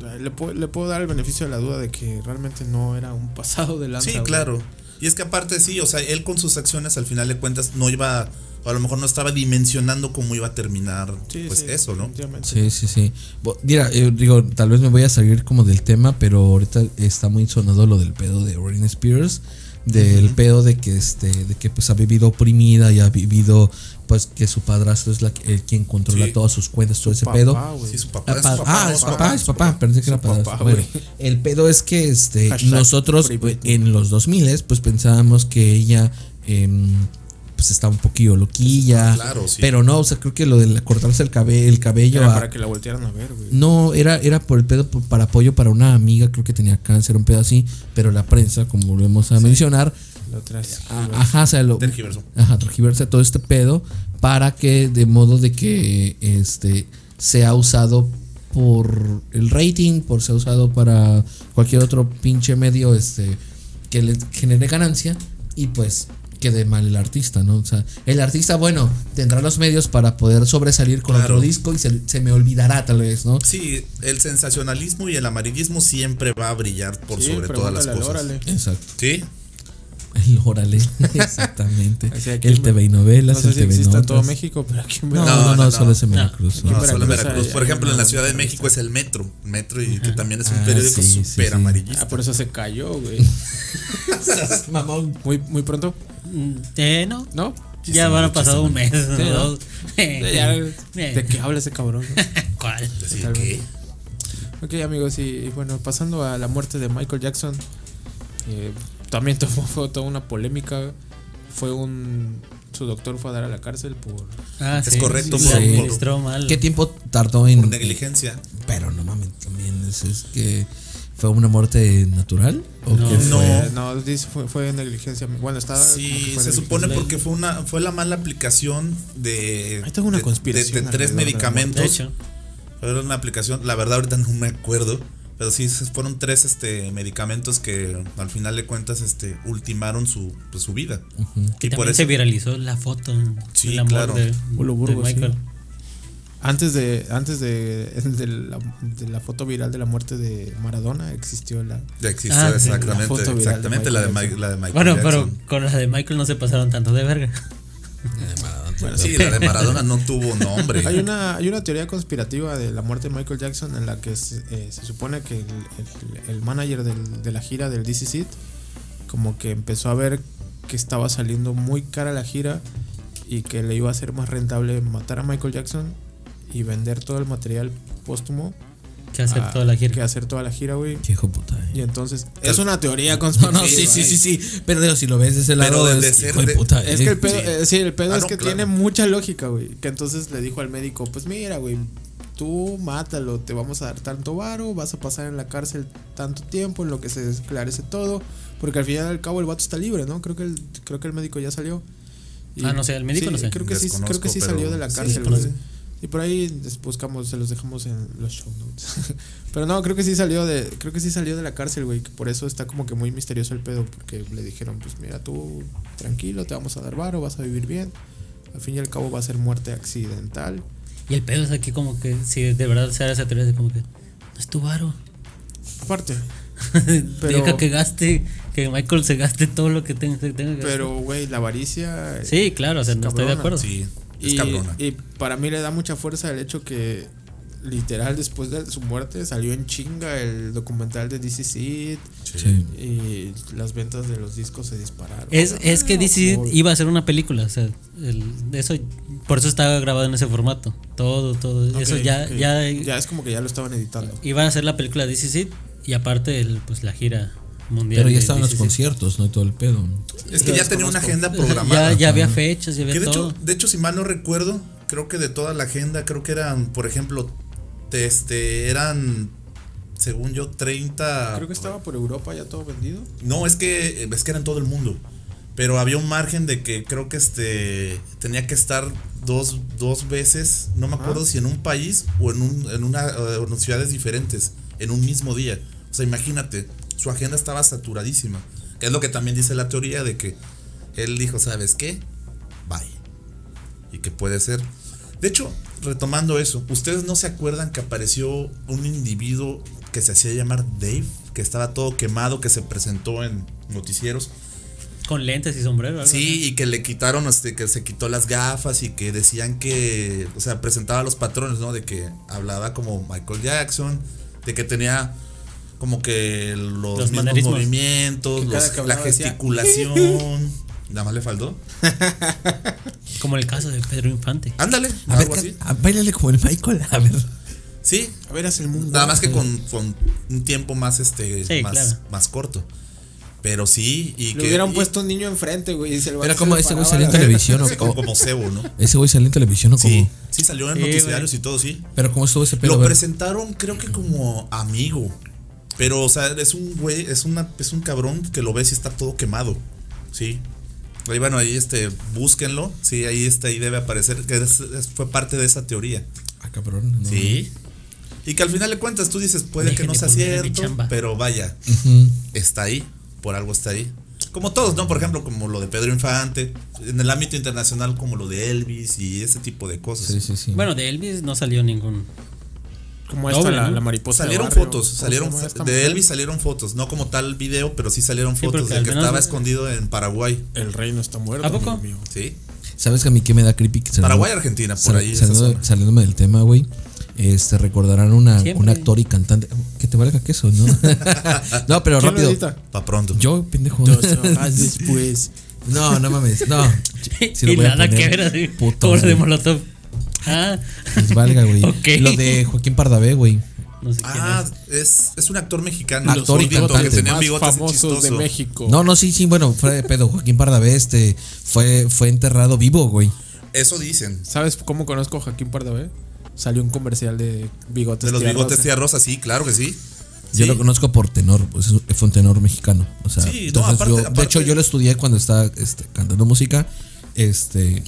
eh, le puedo, le puedo dar el beneficio de la duda de que realmente no era un pasado de lanza.
Sí,
güey.
claro. Y es que aparte sí, o sea, él con sus acciones al final de cuentas no iba, o a lo mejor no estaba dimensionando cómo iba a terminar
Sí,
pues
sí,
eso, ¿no?
definitivamente.
Sí, sí, sí. Bo- Mira, eh, digo, tal vez me voy a salir como del tema, pero ahorita está muy sonado lo del pedo de Britney Spears, del pedo de que este, de que pues ha vivido oprimida y ha vivido pues que su padrastro es la, que- el quien controla
Sí.
todas sus cuentas, todo ese
Papá,
pedo.
güey.
Sí, su papá,
Ah,
es
pa-
su papá.
ah,
es
es
su
papá, es papá. Pensé que era
papá,
padrastro. Bueno,
güey.
el pedo es que este,
Hashtag
nosotros pues,
Free Britney.
en los 2000 pues pensábamos que ella em, pues está un poquillo loquilla.
Claro, sí.
Pero no, o sea, creo que lo de cortarse el, cabe- el cabello
Era
a-
para que la voltearan a ver, güey.
no, era, era por el pedo por- para apoyo para una amiga, creo que tenía cáncer, un pedo así, pero la prensa, como volvemos a mencionar,
La otra es-
a- ajá, o sea, lo,
Tergiversó.
ajá, tergiversa todo este pedo para que, de modo de que este sea usado por el rating, por ser usado para cualquier otro pinche medio este que le genere ganancia y pues quede mal el artista, ¿no? O sea, el artista, bueno, tendrá los medios para poder sobresalir con
Claro.
otro disco y se, se me olvidará tal vez, ¿no?
Sí, el sensacionalismo y el amarillismo siempre va a brillar por
Sí,
sobre todas las
pregúntale al
cosas.
Órale.
Exacto.
Sí,
El órale. Exactamente.
O sea, aquí
el
me-
TV y
No
novelas,
sé
el
si
TV
existe en todo
notas.
México, pero aquí en
No,
Veracruz-
no, no,
no,
solo es en
no.
Veracruz.
no,
en
solo en
Veracruz
Veracruz.
hay-
Por
hay
ejemplo, en
una
la Ciudad de México es el Metro. Metro, y que también es un
Ah, sí,
periódico
sí,
súper
sí.
amarillista.
Ah, por eso se cayó, güey.
Mamón.
Muy, muy pronto,
Mm, Eh, no.
¿no?
Ya van a pasar un mes.
¿no?
dos.
Ya,
Eh,
¿De qué habla ese cabrón? no?
¿Cuál?
Así
Tal
que,
vez. Ok amigos, y bueno, pasando a la muerte de Michael Jackson, eh, también tomó- fue toda una polémica. Fue un... Su doctor fue a dar a la cárcel por...
Ah,
Es
la
correcto, por- por-
administró mal.
¿Qué tiempo tardó en.
por negligencia.
Pero no mames, también es, es que. ¿Fue una muerte natural? ¿O
No.
qué fue?
No.
Eh, no, dice, fue, fue negligencia. Bueno, estaba... como que
Sí,
fue
se
negligencia.
supone porque fue una fue la mala aplicación de,
Ahí tengo una
de-
conspiración
de- de tres
alrededor de la
medicamentos.
De hecho,
Era una aplicación, la verdad ahorita no me acuerdo, pero sí se- fueron tres este medicamentos que al final de cuentas este ultimaron su pues, su vida.
que
Y por
también se
eso
viralizó la foto
Sí,
de la muerte
claro.
de,
Olo Burgos,
de Michael.
Antes de antes de, de la, de la foto viral de la muerte de Maradona existió la...
ya existió
Ah, sí,
exactamente,
la foto viral de
exactamente la de,
Michael
Ma- la de Michael
Bueno, pero
Jackson.
con la de Michael no se pasaron tanto de verga.
Bueno, sí, la de Maradona no tuvo nombre.
Hay una, hay una teoría conspirativa de la muerte de Michael Jackson en la que se, eh, se supone que el, el- el manager del- de la gira del DC Seat como que empezó a ver que estaba saliendo muy cara la gira y que le iba a ser más rentable matar a Michael Jackson y vender todo el material póstumo
Que aceptó
a-
la
que
gira.
hacer toda la gira, güey.
Qué hijo puta. eh.
Y entonces es una teoría
No,
conspirativa.
no, sí, sí, sí, sí. Pero digo, si lo ves de ese lado,
desde
es
ser
hijo de
de-
puta.
Es
eh.
que el pedo,
Sí.
eh, sí, el pedo
Ah,
es
no,
que
claro.
tiene mucha lógica, güey. Que entonces le dijo al médico, pues mira, güey, tú mátalo, te vamos a dar tanto varo, vas a pasar en la cárcel tanto tiempo, en lo que se esclarece todo, porque al final y al cabo el vato está libre, ¿no? Creo que el, creo que el médico ya salió.
Ah, no sé, el médico
sí,
no sé.
Creo que sí,
Desconozco,
creo que sí
pero-
salió de la
sí,
cárcel,
por
güey.
ahí.
Y por ahí les buscamos, se los dejamos en los show notes. Pero no, creo que sí salió de, creo que sí salió de la cárcel, güey. que Por eso está como que muy misterioso el pedo, porque le dijeron, pues mira, tú tranquilo, te vamos a dar varo, vas a vivir bien. Al fin y al cabo va a ser muerte accidental.
Y el pedo es aquí como que, si de verdad se da esa teoría, es como que, no es tu varo.
Aparte, Pero-
Deja que gaste, que Michael se gaste todo lo que tenga, que tenga que
pero güey, la avaricia.
gastar. Sí, claro, o sea, no estoy
Cabrona,
de acuerdo.
Sí, es
y,
cabrona.
y para mí le da mucha fuerza el hecho que literal después de su muerte salió en chinga el documental de DCC
Sí.
y las ventas de los discos se dispararon.
Es, es que
Ah,
DC
Obvio.
iba a ser una película, o sea, el- eso, por eso estaba grabado en ese formato. Todo, todo.
Ok,
eso ya,
ok.
ya,
Ya es como que ya lo estaban editando.
iba a ser la película de DC y aparte el, pues la gira mundial.
Pero ya
de
estaban los
DC.
conciertos, ¿no? Y todo el pedo. ¿no?
es que ya tenía una agenda programada.
Ya, ya había fechas, ya había
Que de
todo.
hecho, de hecho, si mal no recuerdo, creo que de toda la agenda, creo que eran, por ejemplo, te- este, eran, según yo, 30.
Ah, Creo que estaba por Europa ya todo vendido.
No, es que, es que era en todo el mundo. Pero había un margen de que creo que este tenía que estar dos, dos veces, no me acuerdo si en un país o en, un, en, una, eh, en ciudades diferentes, en un mismo día. O sea, imagínate, su agenda estaba saturadísima. Que es lo que también dice la teoría de que él dijo, ¿sabes qué? Bye. Y que puede ser. De hecho, retomando eso, ¿ustedes no se acuerdan que apareció un individuo que se hacía llamar Dave? Que estaba todo quemado, que se presentó en noticieros.
Con lentes y sombrero. algo
Sí, y que le quitaron, este, que se quitó las gafas y que decían que, o sea, presentaba los patrones, ¿no? De que hablaba como Michael Jackson, de que tenía como que los,
Los
mismos
manerismos.
movimientos,
Que cada
los-
que
la
hablaba decía,
gesticulación. Nada más le faltó.
así. Como el caso de Pedro Infante.
Ándale,
A ver,
algo así.
ca- a- ah, bailale como el Michael. A ver.
Sí,
A ver, hace el mundo.
Nada más que con, con un tiempo más este
Sí,
más,
claro.
más corto. Pero sí, y
Le
que.
hubieran
y-
puesto un niño enfrente, güey. y se lo
Era
se
como
le
ese güey
paraba
salió en
la verga.
televisión o
como,
como.
como cebo, ¿no?
Ese güey salió en televisión o
Sí,
como.
sí salió en
Sí,
noticiarios y todo, sí.
Pero cómo estuvo ese pedo.
Lo
A ver.
presentaron, creo que como amigo. Pero, o sea, es un güey, es, una, es un cabrón que lo ves y está todo quemado. Sí. Ahí, bueno, ahí este, búsquenlo. Sí, ahí este, ahí debe aparecer, que es- es- fue parte de esa teoría.
Ah, cabrón. no.
Sí. Y que al final de cuentas tú dices, puede que no
Déjenme
sea
ponerle mi
cierto,
chamba.
pero vaya,
Ujú.
está ahí, por algo está ahí. Como todos, ¿no? Por ejemplo, como lo de Pedro Infante, en el ámbito internacional como lo de Elvis y ese tipo de cosas.
Sí, sí, sí.
Bueno, de Elvis no salió ningún.
Como esta,
Doble,
la,
¿no?
la mariposa. de
salieron
barrio.
fotos,
¿Cómo
salieron
pues se llama esta
de
mujer?
Elvis salieron fotos, no como tal video, pero sí salieron
Sí,
fotos
porque
de
al
que
menos-
estaba escondido en Paraguay,
El reino está muerto.
¿A poco?
amigo mío.
¿sí?
¿Sabes que a mí qué me da creepy? Que saliendo-
Paraguay, Argentina, por
sal-
ahí esa
saliendo-
zona.
saliéndome del tema, güey. Este, recordarán una,
Siempre.
un actor y cantante. Que te valga queso, ¿no? no, pero
¿Quién lo
rápido.
edita? Ah,
Pa pronto.
Yo, pendejo.
después.
No, no mames, no. Sí lo
y
voy a
nada
poner.
que ver así.
Puto,
Todo lo de
güey.
Molotov. Ah,
Les valga, güey.
Ok.
Lo de Joaquín Pardavé, güey.
no sé quién
Ah,
es.
es, es un actor mexicano.
Actor y
gordito,
cantante.
que tenía
Más
bigotes
famosos de
chistoso.
México.
No, no, sí, sí, bueno, fuera de pedo. Joaquín Pardavé, este, fue, fue enterrado vivo, güey.
Eso dicen.
¿Sabes cómo conozco a Joaquín Pardavé? Salió un comercial de bigotes.
De los
tía
bigotes
rosa.
tía Rosa, sí, claro que sí.
Yo
Sí.
lo conozco por tenor, pues es un- fue un tenor mexicano. O sea,
Sí, no,
entonces
aparte-
yo-
aparte-
de hecho yo lo estudié cuando estaba este, cantando música, este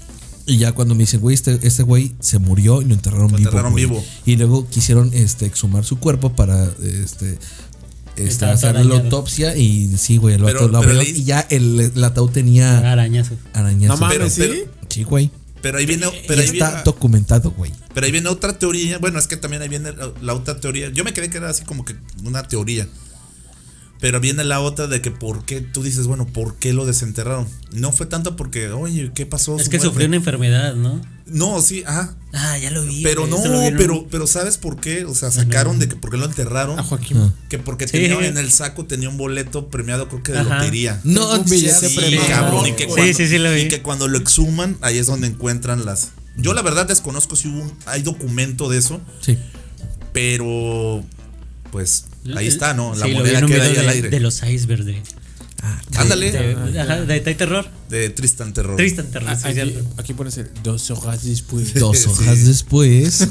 y ya cuando me dicen, güey, este, este güey se murió y lo enterraron
Lo
vivo.
enterraron
güey".
vivo.
Y luego quisieron este exhumar su cuerpo para este este,
Estaba
hacer la
arañado.
autopsia y sí, güey, el
Pero-
vato lo
pero
abrió
le-
y ya el, el ataúd tenía
Arañazo.
arañazo.
No mames,
Pero-
¿sí?
Sí, güey.
Pero ahí viene,
Eh,
pero
Pero
ahí
está
viene,
documentado, güey.
pero ahí viene otra teoría. Bueno, es que también ahí viene la, la otra teoría. Yo me quedé que era así como que una teoría. Pero viene la otra de que por qué tú dices, bueno, ¿por qué lo desenterraron? No fue tanto porque, oye, ¿qué pasó?
Es
Su
que
muerte.
sufrió una enfermedad, ¿no?
No, sí, ajá.
Ah, ya lo vi.
Pero
güey,
no,
eso lo vieron.
pero, pero ¿sabes por qué? O sea, sacaron de que por qué lo enterraron.
A Joaquín.
Que porque
Sí.
tenía en el saco tenía un boleto premiado, creo que de
Ajá.
lotería.
No,
Un billete
sí,
Sí,
premiado.
cabrón, y que,
Sí,
cuando,
sí, sí lo vi.
y que cuando lo exhuman, ahí es donde encuentran las. Yo la verdad desconozco si hubo un- hay documento de eso,
Ah, Sí.
pero pues ahí está, ¿no? La
Sí, lo vi en
moneda
un
queda ahí
video
al
de-
aire.
De los icebergs de.
Ándale, de,
de- ajá, de Tai Terror.
Ah, Tristan Terror.
Tristan Terror.
ah,
sí,
Ah, Aquí,
cierto.
aquí pones el dos hojas después.
Dos
Sí.
hojas después.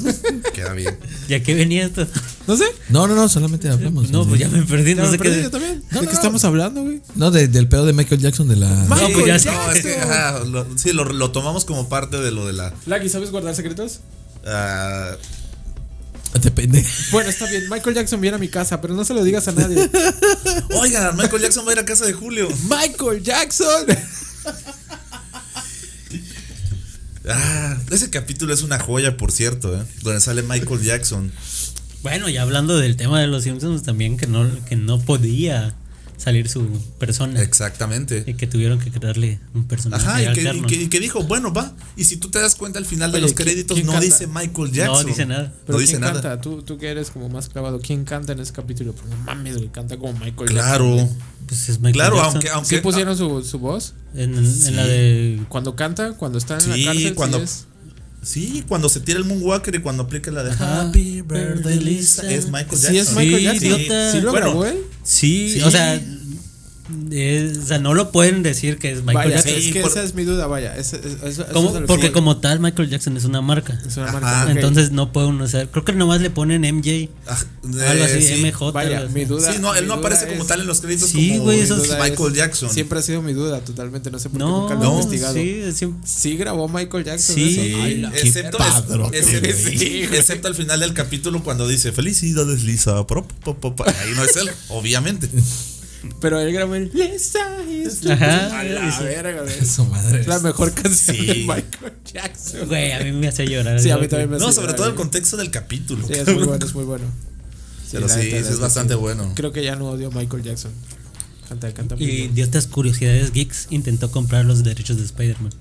Queda bien.
¿Ya que venía esto?
No sé.
No, no, no, solamente hablamos.
No,
de-
pues ya me perdí, no
Ya me
sé
perdí
qué.
yo también.
No,
¿De
no,
qué
no.
estamos hablando, güey?
No, de- del pedo de Michael Jackson de la.
Ma-
No, pues ya
Michael
sé.
No, es que, ajá, lo- sí, lo, lo tomamos como parte de lo de la.
Lucky, ¿sabes guardar secretos?
ah,
Depende.
Bueno, está bien. Michael Jackson viene a mi casa, pero no se lo digas a nadie.
Oigan, Michael Jackson va a ir a casa de Julio.
¡Michael Jackson!
Ah, ese capítulo es una joya, por cierto, ¿eh? Donde sale Michael Jackson.
Bueno, ya hablando del tema de los Simpsons pues, también, que no, que no podía salir su persona.
Exactamente.
Y que tuvieron que crearle un personaje
Ajá, y que, y
alterno.
que- y que dijo, bueno, va. Y si tú te das cuenta al final de
Oye,
los
¿quién-
créditos,
quién
no
canta?
dice Michael Jackson.
dice nada.
No
Pero
dice
¿quién
nada.
canta? Tú, tú que eres como más clavado. ¿Quién canta en ese capítulo? Porque no mames, güey. Canta como Michael Jackson.
Claro,
Pues es Michael
claro,
Jackson.
aunque, aunque.
¿Sí pusieron su, su voz?
En, en la de.
Cuando canta, cuando está en
Sí,
la cárcel.
cuando-
sí es.
Sí, cuando se tira el Moonwalker y cuando aplica la de
Ajá.
Happy Birthday Lisa.
Lisa.
Es Michael Jackson.
Sí, es Michael
Sí,
Jackson.
sí.
Sí lo
Bueno,
grabó él.
Sí,
Sí.
o sea. es- o sea, no lo pueden decir que es Michael
Vaya,
Jackson.
es
Sí,
que
por-
esa es mi duda, vaya. Es, es- es- eso
Como-
es a lo que
porque
voy.
como tal Michael Jackson es una marca.
Es una
Ajá.
marca. ok.
Entonces no puede uno hacer. Creo que nomás le ponen MJ.
Ah,
algo
eh,
así,
sí.
MJ.
Vaya,
algo así.
mi duda.
Sí, no, él
mi
no
duda
aparece como
es-
tal en los créditos
Sí,
como
güey,
mi
eso
duda
Michael
es-
Jackson.
Siempre ha sido mi duda, totalmente. No sé por qué
No,
nunca lo he
No,
investigado.
sí,
Sí.
es siempre-
grabó Michael Jackson.
Sí.
eso?
Sí,
Ay, la-
qué
excepto,
padrón,
excepto-
güey.
sí, excepto al final del capítulo cuando dice felicidades Lisa. pro, po, po, po". Ahí no es él, obviamente.
Pero él grabó el Lisa is the-
Ajá.
A la verga, güey.
Su madre.
Es la mejor canción
Sí.
de Michael Jackson.
Güey, a mí me hace llorar.
Sí, a
eso,
mí también me
No,
hace
sobre
llorar,
todo el
güey.
contexto del capítulo.
Sí, es muy bueno, es muy bueno.
Pero
la
sí,
neta,
sí,
la
es
neta,
bastante
sí.
bueno.
Creo que ya no odio a Michael Jackson. Canta, canta muy
Y
bien.
de otras curiosidades geeks, intentó comprar los derechos de Spider-Man.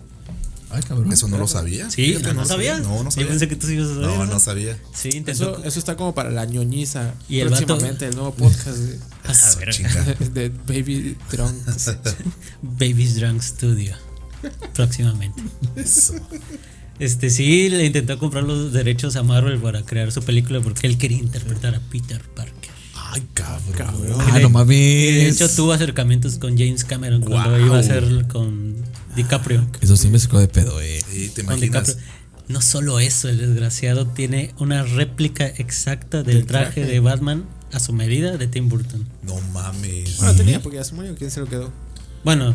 Ay, cabrón.
Eso no lo sabía.
Sí,
Fíjate,
no, no sabía.
No, no
Yo
sabía.
pensé que tú sí ibas a saber.
No, no
eso.
sabía.
Sí, intentó.
Eso, eso está como para la ñoñiza.
Y el vato-
próximamente, el nuevo podcast de,
Ah,
Eso,
verga.
chica.
de Baby Drunk.
Baby's Drunk Studio. Próximamente. Este sí, le intentó comprar los derechos a Marvel para crear su película porque él quería interpretar a Peter Parker.
Ay, cabrón.
Que
Ah,
de-
no
que De
mames.
hecho, tuvo acercamientos con James Cameron cuando iba a hacer con
Ah,
DiCaprio.
Eso sí me sacó de pedo, eh.
Sí, te
Con
imaginas.
DiCaprio. No solo eso, el desgraciado tiene una réplica exacta del traje de Batman a su medida de Tim Burton.
No mames.
Bueno, tenía, porque ya se murió. ¿Quién se lo quedó?
Bueno,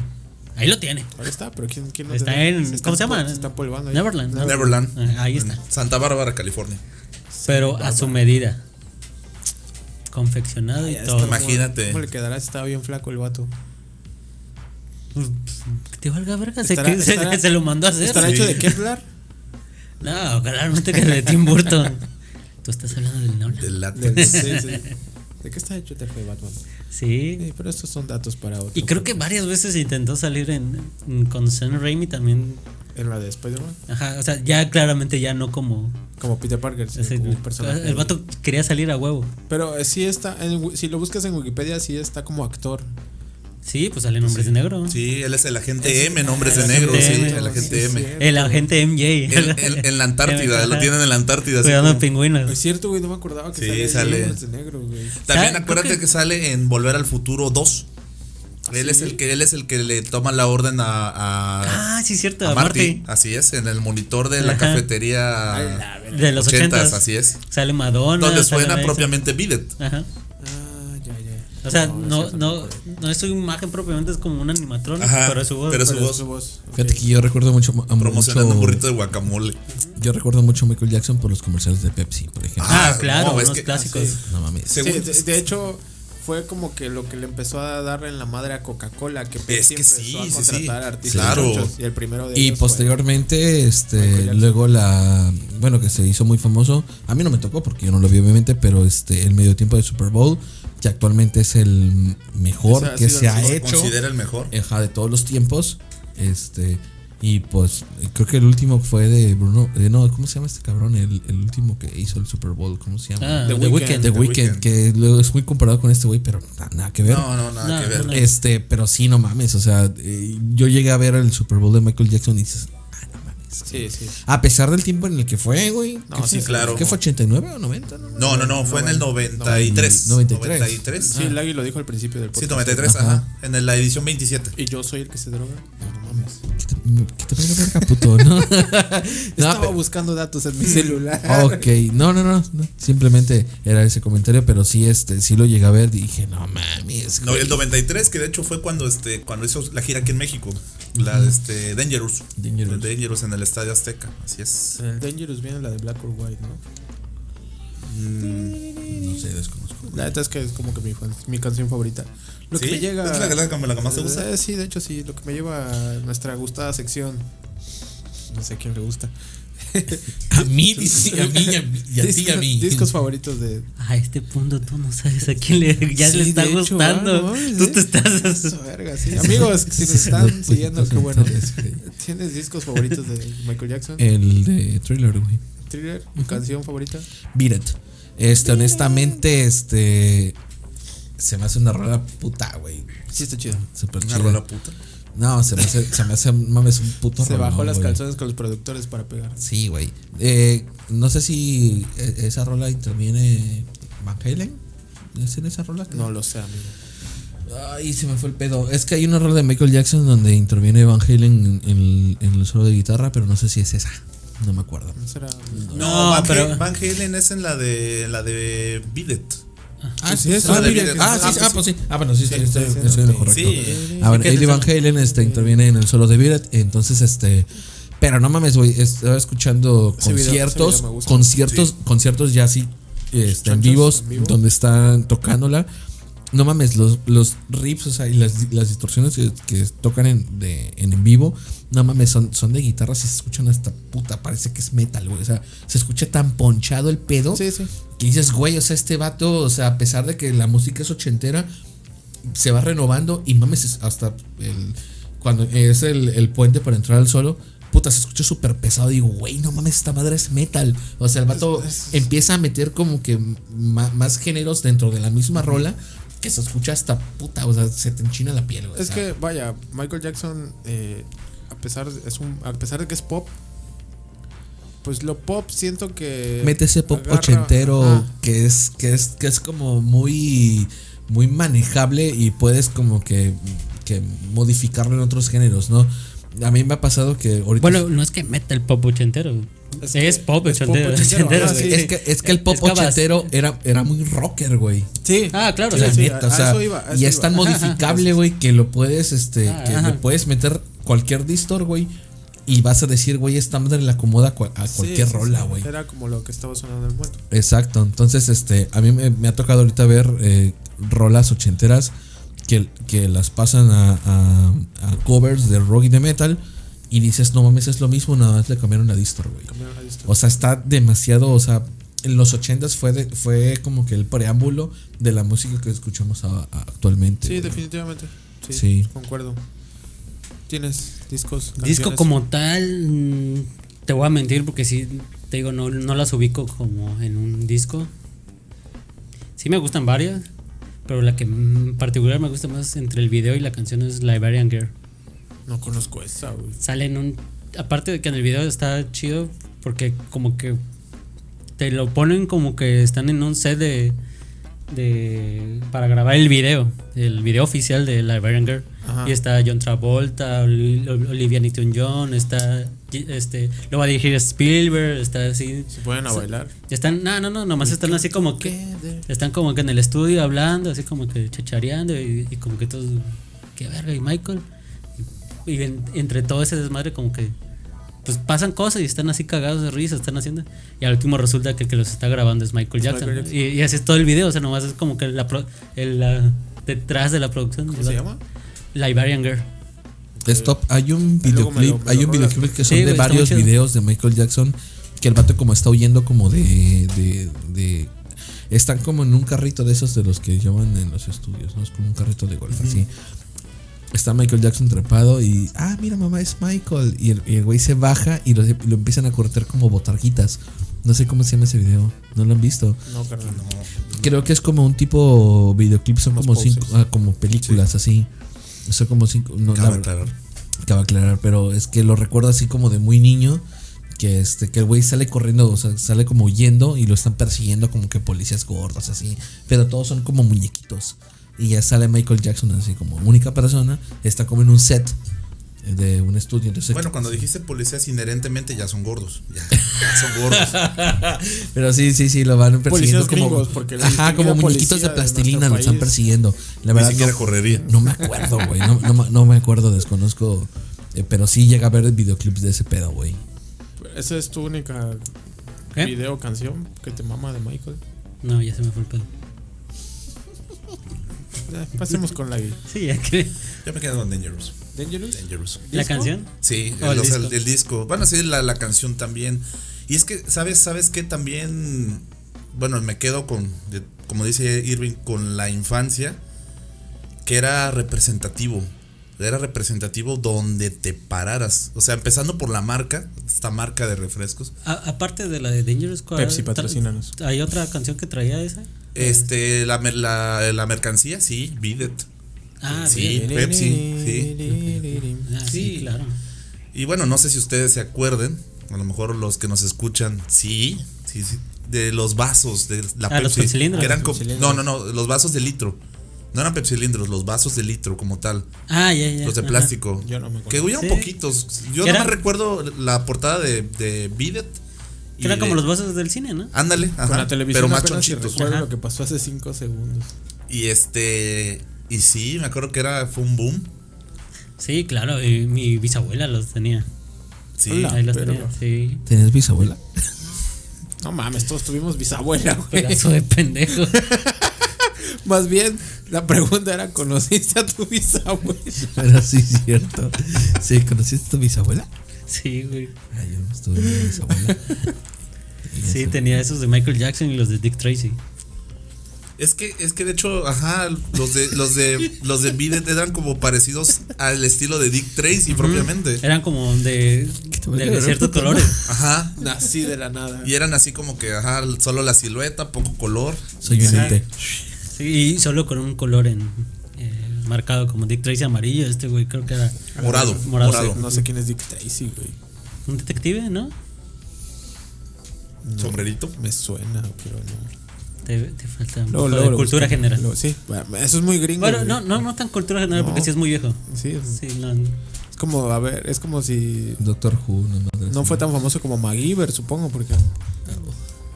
ahí lo tiene.
Ahí está, pero ¿quién, quién lo
Está
tenía?
en.
está
¿Cómo se
pol-
llama?
Se está polvando ahí.
Neverland.
Neverland.
Ah, Ahí
En
está.
Santa Bárbara, California.
Pero a su medida. Confeccionado y todo.
imagínate.
¿Cómo le quedará si estaba bien flaco el vato?
Que Te valga verga, se,
Estará-
que- se-
estará-
se lo mandó a hacer.
¿Estará
Pues Sí.
hecho de Kevlar?
No, claramente que de Tim Burton. Tú estás hablando del Nolan.
Del
Del-
látex.
sí, sí. ¿De qué está hecho el traje de Batman?
Sí.
Eh, pero estos son datos para otro.
Y creo que varias veces intentó salir en, en- con Sam Raimi también.
En la de Spider-Man.
Ajá, o sea, ya claramente ya no como.
Como Peter Parker, sino
ese-
como un personaje.
el vato quería salir a huevo.
Pero eh, sí está, en Wi- si lo buscas en Wikipedia, sí está como actor.
Sí, pues salen hombres de negro.
Sí, él es el agente M, nombres de
el
negro,
agente
sí,
M.
el agente
Sí,
M.
El agente MJ.
En- en- En la Antártida, lo tienen en la Antártida. así
Cuidando
como- Pues
Es
pingüinos.
cierto, güey, no me acordaba que
Sí,
salía
sale.
el de negro, güey.
También
Creo
acuérdate
que-
que sale en Volver al Futuro 2. Él es el que él es el que le toma la orden a, a,
Ah, sí, cierto,
a
a
Marty.
Marty.
Así es, en el monitor de la
Ajá.
cafetería
De los ochentas.
así es.
Sale Madonna.
Donde
sale
suena
esa.
propiamente Bidet.
Ajá.
Ah, ya, ya.
O sea, no, no, no es su imagen propiamente, es como un animatrón,
Ajá,
pero es su voz.
pero es su
Pero
voz.
es su voz.
Fíjate que yo recuerdo mucho. A
Promocionando
mucho-
un burrito de guacamole.
Yo recuerdo mucho a Michael Jackson por los comerciales de Pepsi, por ejemplo.
Ah,
Ah,
claro,
no, es
unos
que-
clásicos.
No mames.
Se-
Sí,
Según-
de, de hecho, fue como que lo que le empezó a dar en la madre a Coca-Cola, que
Es que
empezó
sí,
a
sí, sí.
contratar artistas.
Claro.
chonchos, Y el primero de
Y
ellos fue-
posteriormente,
Michael
este,
Jackson.
luego la, bueno, que se hizo muy famoso. A mí no me tocó porque yo no lo vi obviamente, pero este, el medio tiempo de Super Bowl, que actualmente es el mejor
Ese ha
que
sido
se
el
ha
mejor.
hecho,
Considera el mejor.
eh,
ajá, de todos los tiempos, este, y pues creo que el último fue de Bruno, eh, no, ¿cómo se llama este cabrón? El, el último que hizo el Super Bowl, ¿cómo se llama?
Ah,
The
The,
Weeknd.
Weeknd.
The,
The
Weeknd,
Weeknd.
que luego es muy comparado con este güey, pero na- nada que ver.
No, no, nada
No,
que ver.
no,
Este, pero sí, no mames. O sea, eh, yo llegué a ver el Super Bowl de Michael Jackson y dices, ah, no mames.
Sí, sí.
A pesar del tiempo en el que fue, güey.
No,
¿Qué
sí,
fue?
claro.
¿Qué fue 89 o 90? No,
No, no, no, fue en el 93.
93.
93.
Ah.
Sí, Lagui lo dijo al principio del
Sí,
podcast.
93,
Ajá.
ajá. En la edición 27.
y yo soy el que se droga. No mames.
¿Qué te, qué te pega verga, puto? No. No,
Estaba
pero-
buscando datos en mi celular.
Ok, no, no, no, no. Simplemente era ese comentario, pero sí, este, sí lo llegué a ver. Dije, no mames.
No,
güey.
el 93, que de hecho fue cuando este cuando hizo la gira aquí en México. La de este, Dangerous.
Dangerous.
Dangerous en el Estadio Azteca. Así es.
En el Dangerous viene la de Black or White, ¿no?
No sé, desconozco.
La neta es que es como que mi, fan- mi canción favorita. Lo
¿Sí?
que me llega.
¿Es la, que- la que- la que más te gusta?
Eh, sí, de hecho sí, lo que me lleva a nuestra gustada sección. No sé a quién le gusta.
A mí, dice, a mí, y a mí, y a ti, y a
Discos-
mí.
Discos favoritos de.
A este punto tú no sabes a quién le, ya
Sí,
le está
de hecho, ah,
gustando.
no mames,
tú
eh.
te estás.
Eso, verga, sí. Amigos, si nos están
Los
siguiendo,
puntitos
qué bueno.
centrales, güey.
¿Tienes discos favoritos de Michael Jackson?
El de Thriller, güey.
Thriller, ¿Tu canción favorita.
Beat It. Este, honestamente, este. Se me hace una rola puta, güey.
Sí, está chido.
Súper
Una
chida.
rola puta.
No, se me hace, se me hace mames un puto
Se
rolón,
bajó las
güey.
calzones con los productores para pegar.
Sí, güey. Eh, no sé si eh, esa rola interviene Van Halen. ¿Es en esa rola?
No lo sé, amigo.
Ay, se me fue el pedo. Es que hay una rola de Michael Jackson donde interviene Van Halen en, el- en el solo de guitarra, pero no sé si es esa. No me acuerdo.
¿No será?
No,
Van,
pero-
Halen- Van Halen es en la de la de Bidet.
Ah, sí,
es
ah,
una
mira,
de-
ah, sí, ah, pues sí. Ah, bueno, sí, sí, estoy, estoy en lo correcto.
Sí.
Ah, bueno,
¿Qué te
Eddie Van Halen este, interviene en el solo de Beat It, entonces este. Pero no mames, güey, estaba escuchando
Ese video- ese
conciertos,
video me gusta.
conciertos, conciertos ya así este, en
Chonchos,
vivos,
en vivo.
donde están tocándola. No mames, los, los riffs, o sea, y las, las distorsiones que, que tocan en, de- en, en vivo, no mames, son, son de guitarras y se escuchan hasta puta, parece que es metal, güey. O sea, se escucha tan ponchado el pedo
Sí, sí.
que dices, güey, o sea, este vato, o sea, a pesar de que la música es ochentera, se va renovando y mames, es hasta el, cuando es el, el puente para entrar al solo, puta, se escucha súper pesado y digo, güey, no mames, esta madre es metal. O sea, el vato empieza a meter como que ma- más géneros dentro de la misma rola que se escucha hasta puta, o sea, se te enchina la piel, güey. o
Es
sea.
que, vaya, Michael Jackson, eh, a, pesar, es un, a pesar de que es pop, pues lo pop siento que.
Mete ese pop
agarra-
ochentero
Ajá.
que es que es que es como muy muy manejable y puedes como que, que modificarlo en otros géneros, ¿no? A mí me ha pasado que ahorita
Bueno, no es que meta el pop ochentero. Es, pop
es pop ochentero,
ochentero. ochentero,
ajá,
sí.
sí.
es que es que el pop
Es que vas-
ochentero era era muy rocker, güey.
Sí.
Ah, claro,
Sí,
o sea,
sí,
Neta, o
a- a
sea,
eso iba, a
y
eso
es tan
iba.
modificable, güey, que lo puedes, este,
Ah,
que
ajá.
le puedes meter cualquier distor, güey, y vas a decir, güey, esta madre le acomoda a cual- a
Sí,
cualquier
sí, sí.
rola, güey.
Era como lo que estaba sonando en el momento.
Exacto, entonces este a mí me, me ha tocado ahorita ver eh, rolas ochenteras que, que las pasan a, a- a covers de rock y de metal y dices, no mames, es lo mismo, nada más le cambiaron la distro, güey.
Cambiaron la distro.
O sea, está demasiado, o sea, en los ochentas fue, de- fue como que el preámbulo de la música que escuchamos a- a- actualmente.
Sí,
güey.
definitivamente. Sí,
Sí.
Concuerdo. Tienes discos.
Disco
canciones?
como tal, mm, te voy a mentir porque sí, te digo, no, no las ubico como en un disco. Sí me gustan varias, pero la que en particular me gusta más entre el video y la canción es Liberian Girl.
No conozco esa, güey.
Sale en un... Aparte de que en el video está chido porque como que te lo ponen como que están en un set de... de para grabar el video, el video oficial de Liberian Girl.
Ajá.
Y está John Travolta, Oli- Oli- Olivia Newton-John, está... Este, lo va a dirigir Spielberg, está así...
Se ponen a
Sí.
bailar.
Están, no, no, no, nomás están así como que... Están como que en el estudio hablando, así como que chachareando y, y como que todos, qué verga, y Michael. Y en- entre todo ese desmadre como que, pues pasan cosas y están así cagados de risa, están haciendo. Y al último resulta que el que los está grabando es Michael Jackson.
Michael
¿no?
Jackson.
Y, y así es todo el video, o sea, nomás es como que la, pro- el, la- detrás de la producción.
¿Cómo se llama?
Liberian Girl.
Eh, Stop, hay un
Ahí luego me
videoclip,
lo- me lo
hay un
rolas.
videoclip que
Sí,
son de
güey, está muy
varios
chido.
videos de Michael Jackson que el vato como está huyendo como de, de, de- están como en un carrito de esos de los que llevan en los estudios, ¿no? Es como un carrito de golf así. Está Michael Jackson trepado y ah, mira mamá, es Michael y el, y el güey se baja y lo, lo empiezan a cortar como botarguitas. No sé cómo se llama ese video, no lo han visto.
No, carnal. No.
Creo que es como un tipo videoclip, son
Unos
como cinco,
poses.
ah, como películas así. Son como cinco, no,
Cabe
la-
aclarar.
Cabe aclarar, pero es que lo recuerdo así como de muy niño. Que este, que el güey sale corriendo, o sea, sale como huyendo y lo están persiguiendo como que policías gordos, así. Pero todos son como muñequitos. Y ya sale Michael Jackson así como única persona. Está como en un set de un estudio. Entonces,
Bueno, cuando dijiste policías, inherentemente ya son gordos. Ya, ya son gordos.
Pero sí, sí, sí, lo van persiguiendo
Policías
como.
gringos, porque la
ajá, como
distinguida
muñequitos
policía
de
de
plastilina
nuestro
lo están
país.
persiguiendo. La
Ni
verdad,
siquiera
no-
correría.
No me acuerdo, güey. No, no me- no me acuerdo, desconozco. eh, pero sí llega a ver videoclips de ese pedo, güey.
Esa es tu única
¿Qué?
video canción que te mama de Michael.
¿Eh? No, ya se me fue el pedo.
Ya, pasemos con la
Sí, ya que...
Ya me quedo con Dangerous.
Dangerous.
Dangerous.
¿La canción?
Sí,
O
el,
el
o sea,
disco.
el- el disco. Bueno, sí, la, la canción también. Y es que, ¿sabes? ¿Sabes qué? También, bueno, me quedo con, de- como dice Irving, con la infancia, que era representativo. Era representativo donde te pararas. O sea, empezando por la marca, esta marca de refrescos.
A- aparte de la de Dangerous Squad.
Pepsi, patrocínanos.
¿Hay otra canción que traía esa?
Este, la, mer- la, la mercancía, sí, Bidet.
Ah,
Sí.
bien.
Pepsi, sí.
Ah, sí,
Sí.
claro.
Y bueno, no sé si ustedes se acuerden, a lo mejor los que nos escuchan, sí, sí, sí, de los vasos de la
Ah, los pepsilindros.
que eran
Los
co- no, no, no, los vasos de litro. No eran pepsilindros, los vasos de litro como tal,
Ah, ya, ya.
los de
ajá.
plástico.
Yo no me acuerdo.
que hubieron
Sí.
poquitos. Yo
Que
no
eran-
recuerdo la portada de, de Bidet.
Que eran como los vasos del cine, ¿no?
Ándale,
Con
ajá,
la televisión.
pero más
apenas si
chonchitos.
recuerdo
Ajá.
lo que pasó hace 5 segundos.
Y este y sí, me acuerdo que era fue un boom.
Sí, claro. y mi bisabuela los tenía.
Sí.
Hola. Ah,
Ahí los
pero-
tenía, sí.
¿Tenías bisabuela?
No mames, todos tuvimos bisabuela, güey.
Pedazo de pendejo.
Más bien, la pregunta era: ¿conociste a tu bisabuela?
Pero sí, es cierto. Sí, ¿conociste a tu bisabuela?
Sí, güey.
Ay, yo no estuve con mi bisabuela.
Sí, tenía esos de Michael Jackson y los de Dick Tracy.
Es que, es que de hecho, ajá, los de, los de, los de Bidet eran como parecidos al estilo de Dick Tracy propiamente.
Eran como de, del desierto de colores.
Ajá.
Nací de la nada.
Y eran así como que, ajá, solo la silueta, poco color.
Soy un ente.
Sí, y solo con un color en eh, marcado como Dick Tracy amarillo. Este güey creo que era
Morado.
Morado.
Morado.
No sé quién es Dick Tracy, güey.
un detective, ¿no?
sombrerito.
Me suena, pero no.
Te, te falta un
Luego,
poco
luego
de
lo
cultura
busqué.
general.
Luego- sí, bueno, eso es muy gringo.
bueno,
güey.
no, no, no tan cultura general porque
No.
sí es muy viejo.
Sí, es,
Sí, no.
es como, a ver, es como si
Doctor Who, no madre.
no fue tan famoso como MacGyver, supongo, porque.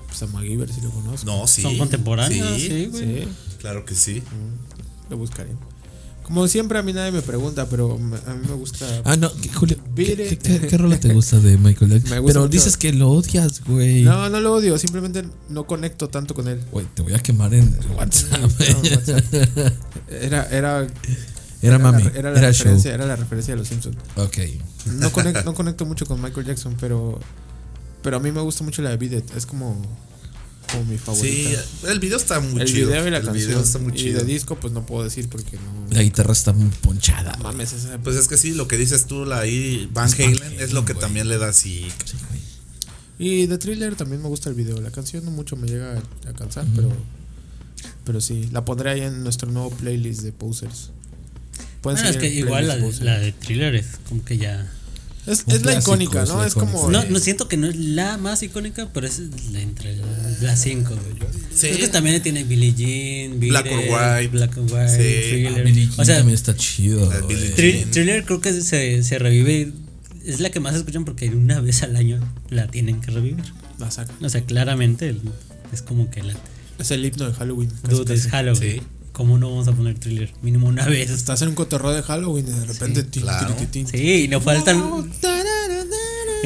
Pues a MacGyver sí lo conozco.
No, sí.
Son contemporáneos,
Sí,
sí, güey.
Sí,
claro que sí.
lo buscaré. Como siempre, a mí nadie me pregunta, pero me- a mí me gusta.
Ah, no, que- Julio, ¿qué,
Beat
qué,
it.
qué- qué rola te gusta de Michael Jackson?
Me gusta
Pero
mucho.
dices que lo odias, güey.
No, no lo odio, simplemente no conecto tanto con él.
Güey, te voy a quemar en WhatsApp.
Era, era, era,
era
la-
mami,
era
era,
la
show.
referencia, era la referencia de los Simpsons.
Ok.
No conecto, no conecto mucho con Michael Jackson, pero pero a mí me gusta mucho la de Beat It, es como, como mi
Sí,
favorita.
el video está muy
el
chido.
video y la
el
canción.
video está muy
Y
chido.
de disco pues no puedo decir porque no
La guitarra está muy ponchada. güey.
mames esa
Pues es que sí, lo que dices tú, la ahí Van
Van
Halen
Halen,
es lo que
güey.
también le da así.
Sí, güey.
Y de Thriller también me gusta el video, la canción no mucho me llega a, a cansar, pero pero sí, la pondré ahí en nuestro nuevo playlist de posers. Pueden
Bueno, Ah, es
seguir
que
el
igual la,
playlist
de-
Posers.
la de thriller es como que ya.
Es,
Un
es la
clásico,
icónica,
es
¿no?
la
Es como.
icónica.
No, no siento que no es la más icónica, pero es la entre las cinco, güey.
Sí.
Es que también tiene Billie Jean, Beat
Black
It,
or White.
Black or White,
Sí.
Ah,
Thriller.
Billie Jean
o sea,
también está chido.
Ah,
La
güey.
Billie
Thrill-
Jean.
Thriller creo que se, se revive. Es la que más escuchan porque una vez al año la tienen que revivir.
la saca.
O sea, claramente el- es como que la.
Es el himno de Halloween. casi,
Dude,
casi.
es Halloween.
Sí.
¿Cómo no vamos a poner thriller? Mínimo una vez.
Estás en un cotorreo de Halloween y de repente. tin,
claro.
tiri, tin, tin.
Sí, y nos faltan. Y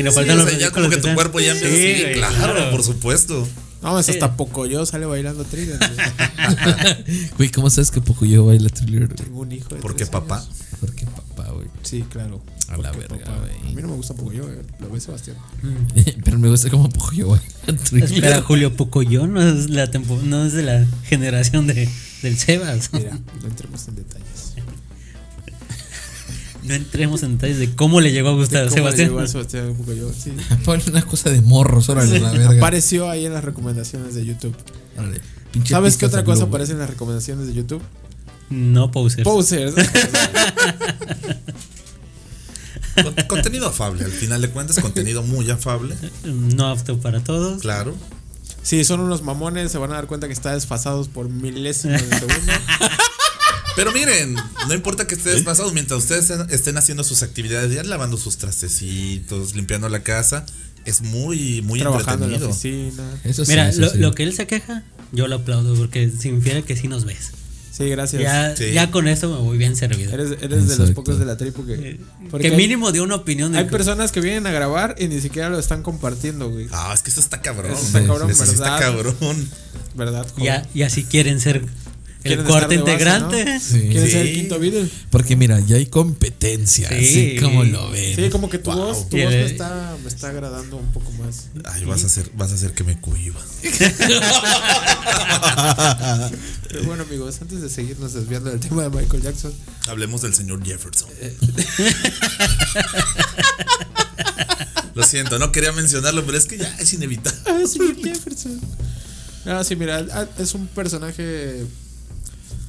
nos
Sí,
faltan
o
los
sea, ya como
ridículos
que tu
sean.
cuerpo ya empieza
Sí,
así,
güey,
claro, por supuesto.
No, es
Sí.
hasta poco yo sale bailando thriller. güey.
Güey, ¿cómo sabes que Pocoyo baila thriller? güey?
Tengo un hijo. de
Porque
tres
papá.
años.
Porque papá, güey.
Sí, claro.
A la
Porque
verga,
papá.
güey.
A mí no me gusta poco yo, eh, lo ve Sebastián.
Pero me gusta como Pocoyo baila
Espera,
thriller.
Julio Pocoyón no es, la tempo- no es de la generación de, del Sebas.
Mira, no entremos en detalles.
No entremos en detalles de cómo le llegó a gustar a
¿Cómo le
Sebastián.
llegó a Sebastián Pocoyo? Sí.
Pon una cosa de morros, órale, la verga.
Apareció ahí en las recomendaciones de YouTube.
Órale, pinche
¿Sabes
pistas
qué otra
de
cosa
globo.
aparece en las recomendaciones de YouTube?
No poser.
Posers.
Con- contenido afable, al final de cuentas, contenido muy afable,
no apto para todos.
claro.
Si son unos mamones, se van a dar cuenta que está desfasados por milésimos de segundo.
Pero miren, no importa que esté desfasado, mientras ustedes estén- estén haciendo sus actividades diarias, lavando sus trastecitos, limpiando la casa, es muy, muy
trabajando en la
entretenido.
oficina.
Eso sí,
Mira,
eso
lo,
sí.
lo que él se queja, yo lo aplaudo porque significa que sí nos ves.
Sí, gracias.
Ya,
Sí.
ya con esto me voy bien servido. Eh,
Eres, eres de los
Exacto.
pocos de la tribu que. porque
que
hay-
mínimo dio una opinión.
Hay,
de-
personas que vienen a grabar y ni siquiera lo están compartiendo, güey.
Ah, es que eso está cabrón.
Eso está cabrón,
Eso sí está
¿verdad?
cabrón.
¿Verdad? joven?
y, a- y así quieren ser
Quieren estar
el cuarto
de base,
integrante.
¿no?
Sí.
¿Quieren
Sí.
ser el quinto video?
Porque mira, ya hay competencia,
Sí.
así como lo ven.
Sí, como que tu voz, tu
Y
voz me,
el-
está, me está agradando un poco más.
Ay, vas a hacer, vas a hacer que me cohiba.
Pero bueno, amigos, antes de seguirnos desviando del tema de Michael Jackson,
Hablemos del señor Jefferson.
Eh.
Lo siento, no quería mencionarlo, pero es que ya es inevitable.
Ah, señor Jefferson. No, sí, mira, ah, es un personaje.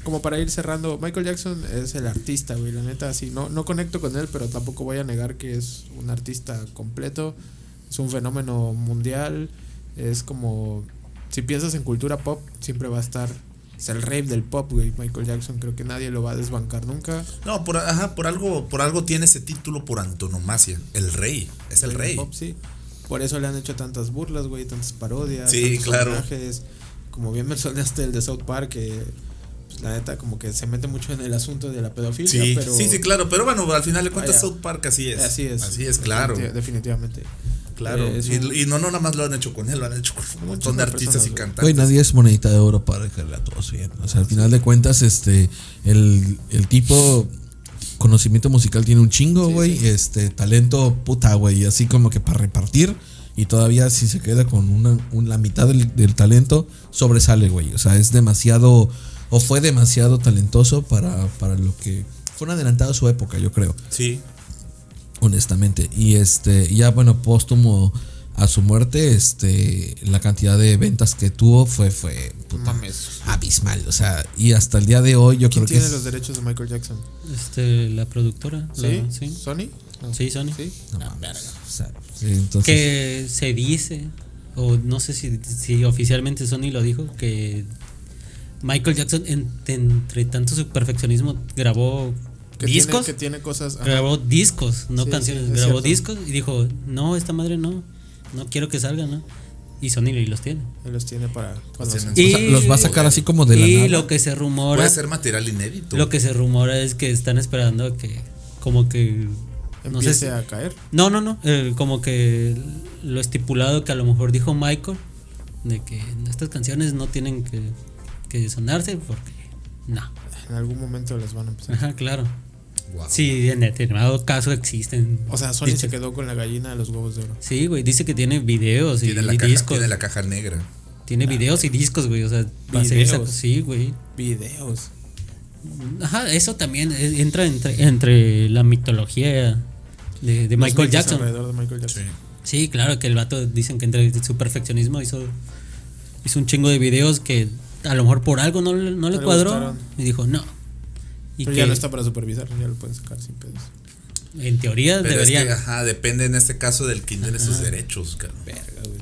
Como para ir cerrando, Michael Jackson es el artista, güey, la neta, sí. No, no conecto con él, pero tampoco voy a negar que es un artista completo. Es un fenómeno mundial. Es como. Si piensas en cultura pop, siempre va a estar. Es el rey del pop, güey. Michael Jackson, creo que nadie lo va a desbancar nunca.
No, por, ajá, por algo, por algo tiene ese título por antonomasia. El rey, es el
del
rey.
pop, sí. Por eso le han hecho tantas burlas, güey, tantas parodias.
Sí,
tantos
claro.
homenajes. Como bien mencionaste el de South Park, que pues, la neta como que se mete mucho en el asunto de la pedofilia.
Sí,
pero
sí, sí, claro, pero bueno, al final de cuentas
Vaya.
South Park así es.
Así es.
Así es, claro.
Definitiv- definitivamente.
Claro.
Eh, es
y,
un-
y no, no nada más lo han hecho con él, lo han hecho con un montón de
Muchísimas
artistas
personas,
y
güey.
cantantes.
Güey, nadie es monedita de oro para dejarle a todos bien. O sea, al final de cuentas, este, el, el tipo conocimiento musical tiene un chingo, güey. Este, talento puta, güey. Así como que para repartir. Y todavía si se queda con una, un- la mitad del, del talento, sobresale, güey. O sea, es demasiado, o fue demasiado talentoso para, para lo que... Fue un adelantado a su época, yo creo.
Sí.
honestamente. Y este, ya bueno, póstumo a su muerte, este, la cantidad de ventas que tuvo fue, fue puta,
Mames.
abismal. O sea, y hasta el día de hoy yo
Mm. ¿Quién
creo que
tiene
es-
los derechos de Michael Jackson?
Este, la productora.
¿Sí?
la- sí.
¿Sony? No.
Sí, Sony.
¿Sí?
no mames, o sea, sí, entonces,
Que se dice o no sé si, si oficialmente Sony lo dijo, que Michael Jackson, en- entre tanto su perfeccionismo, grabó
Que Tiene,
discos.
que tiene cosas. ajá.
grabó discos, no
Sí,
canciones,
sí, es
grabó
cierto.
discos y dijo, no, esta madre no, no quiero que salga, ¿no? Y Sony y los tiene.
Él los tiene para. cuando
tienen
se-
sus-
sea, los va a sacar así como de la
Y
nada.
lo que se rumora,
Puede ser material inédito.
lo que se rumora es que están esperando que como que no sé
empiece
si-
a caer.
no, no, no, eh, como que lo estipulado que a lo mejor dijo Michael de que estas canciones no tienen que, que sonarse porque no.
En algún momento les van a empezar.
Ajá, claro.
Wow.
Sí, en determinado caso existen.
O sea, Sony
dichas-
se quedó con la gallina de los huevos de oro.
Sí, güey, dice que tiene videos y,
tiene, la
y
caja,
discos.
tiene la Ah. caja negra.
Tiene videos y discos, güey. O sea, va a seguir sac-
Videos.
Sí, güey.
Videos.
Ajá, eso también eh, entra entre, entre la mitología de, de Michael
mitos
Jackson.
Alrededor de Michael Jackson.
Sí, claro, que el vato dicen que entre su perfeccionismo hizo, hizo un chingo de videos que a lo mejor por algo no, le- no le
No le
cuadró.
gustaron.
y dijo, no. Y
Pero
que
ya no está para supervisar, ya lo pueden sacar sin pedos.
en teoría
Pero
debería.
es que, ajá, depende en este caso del quién tiene sus derechos, cabrón.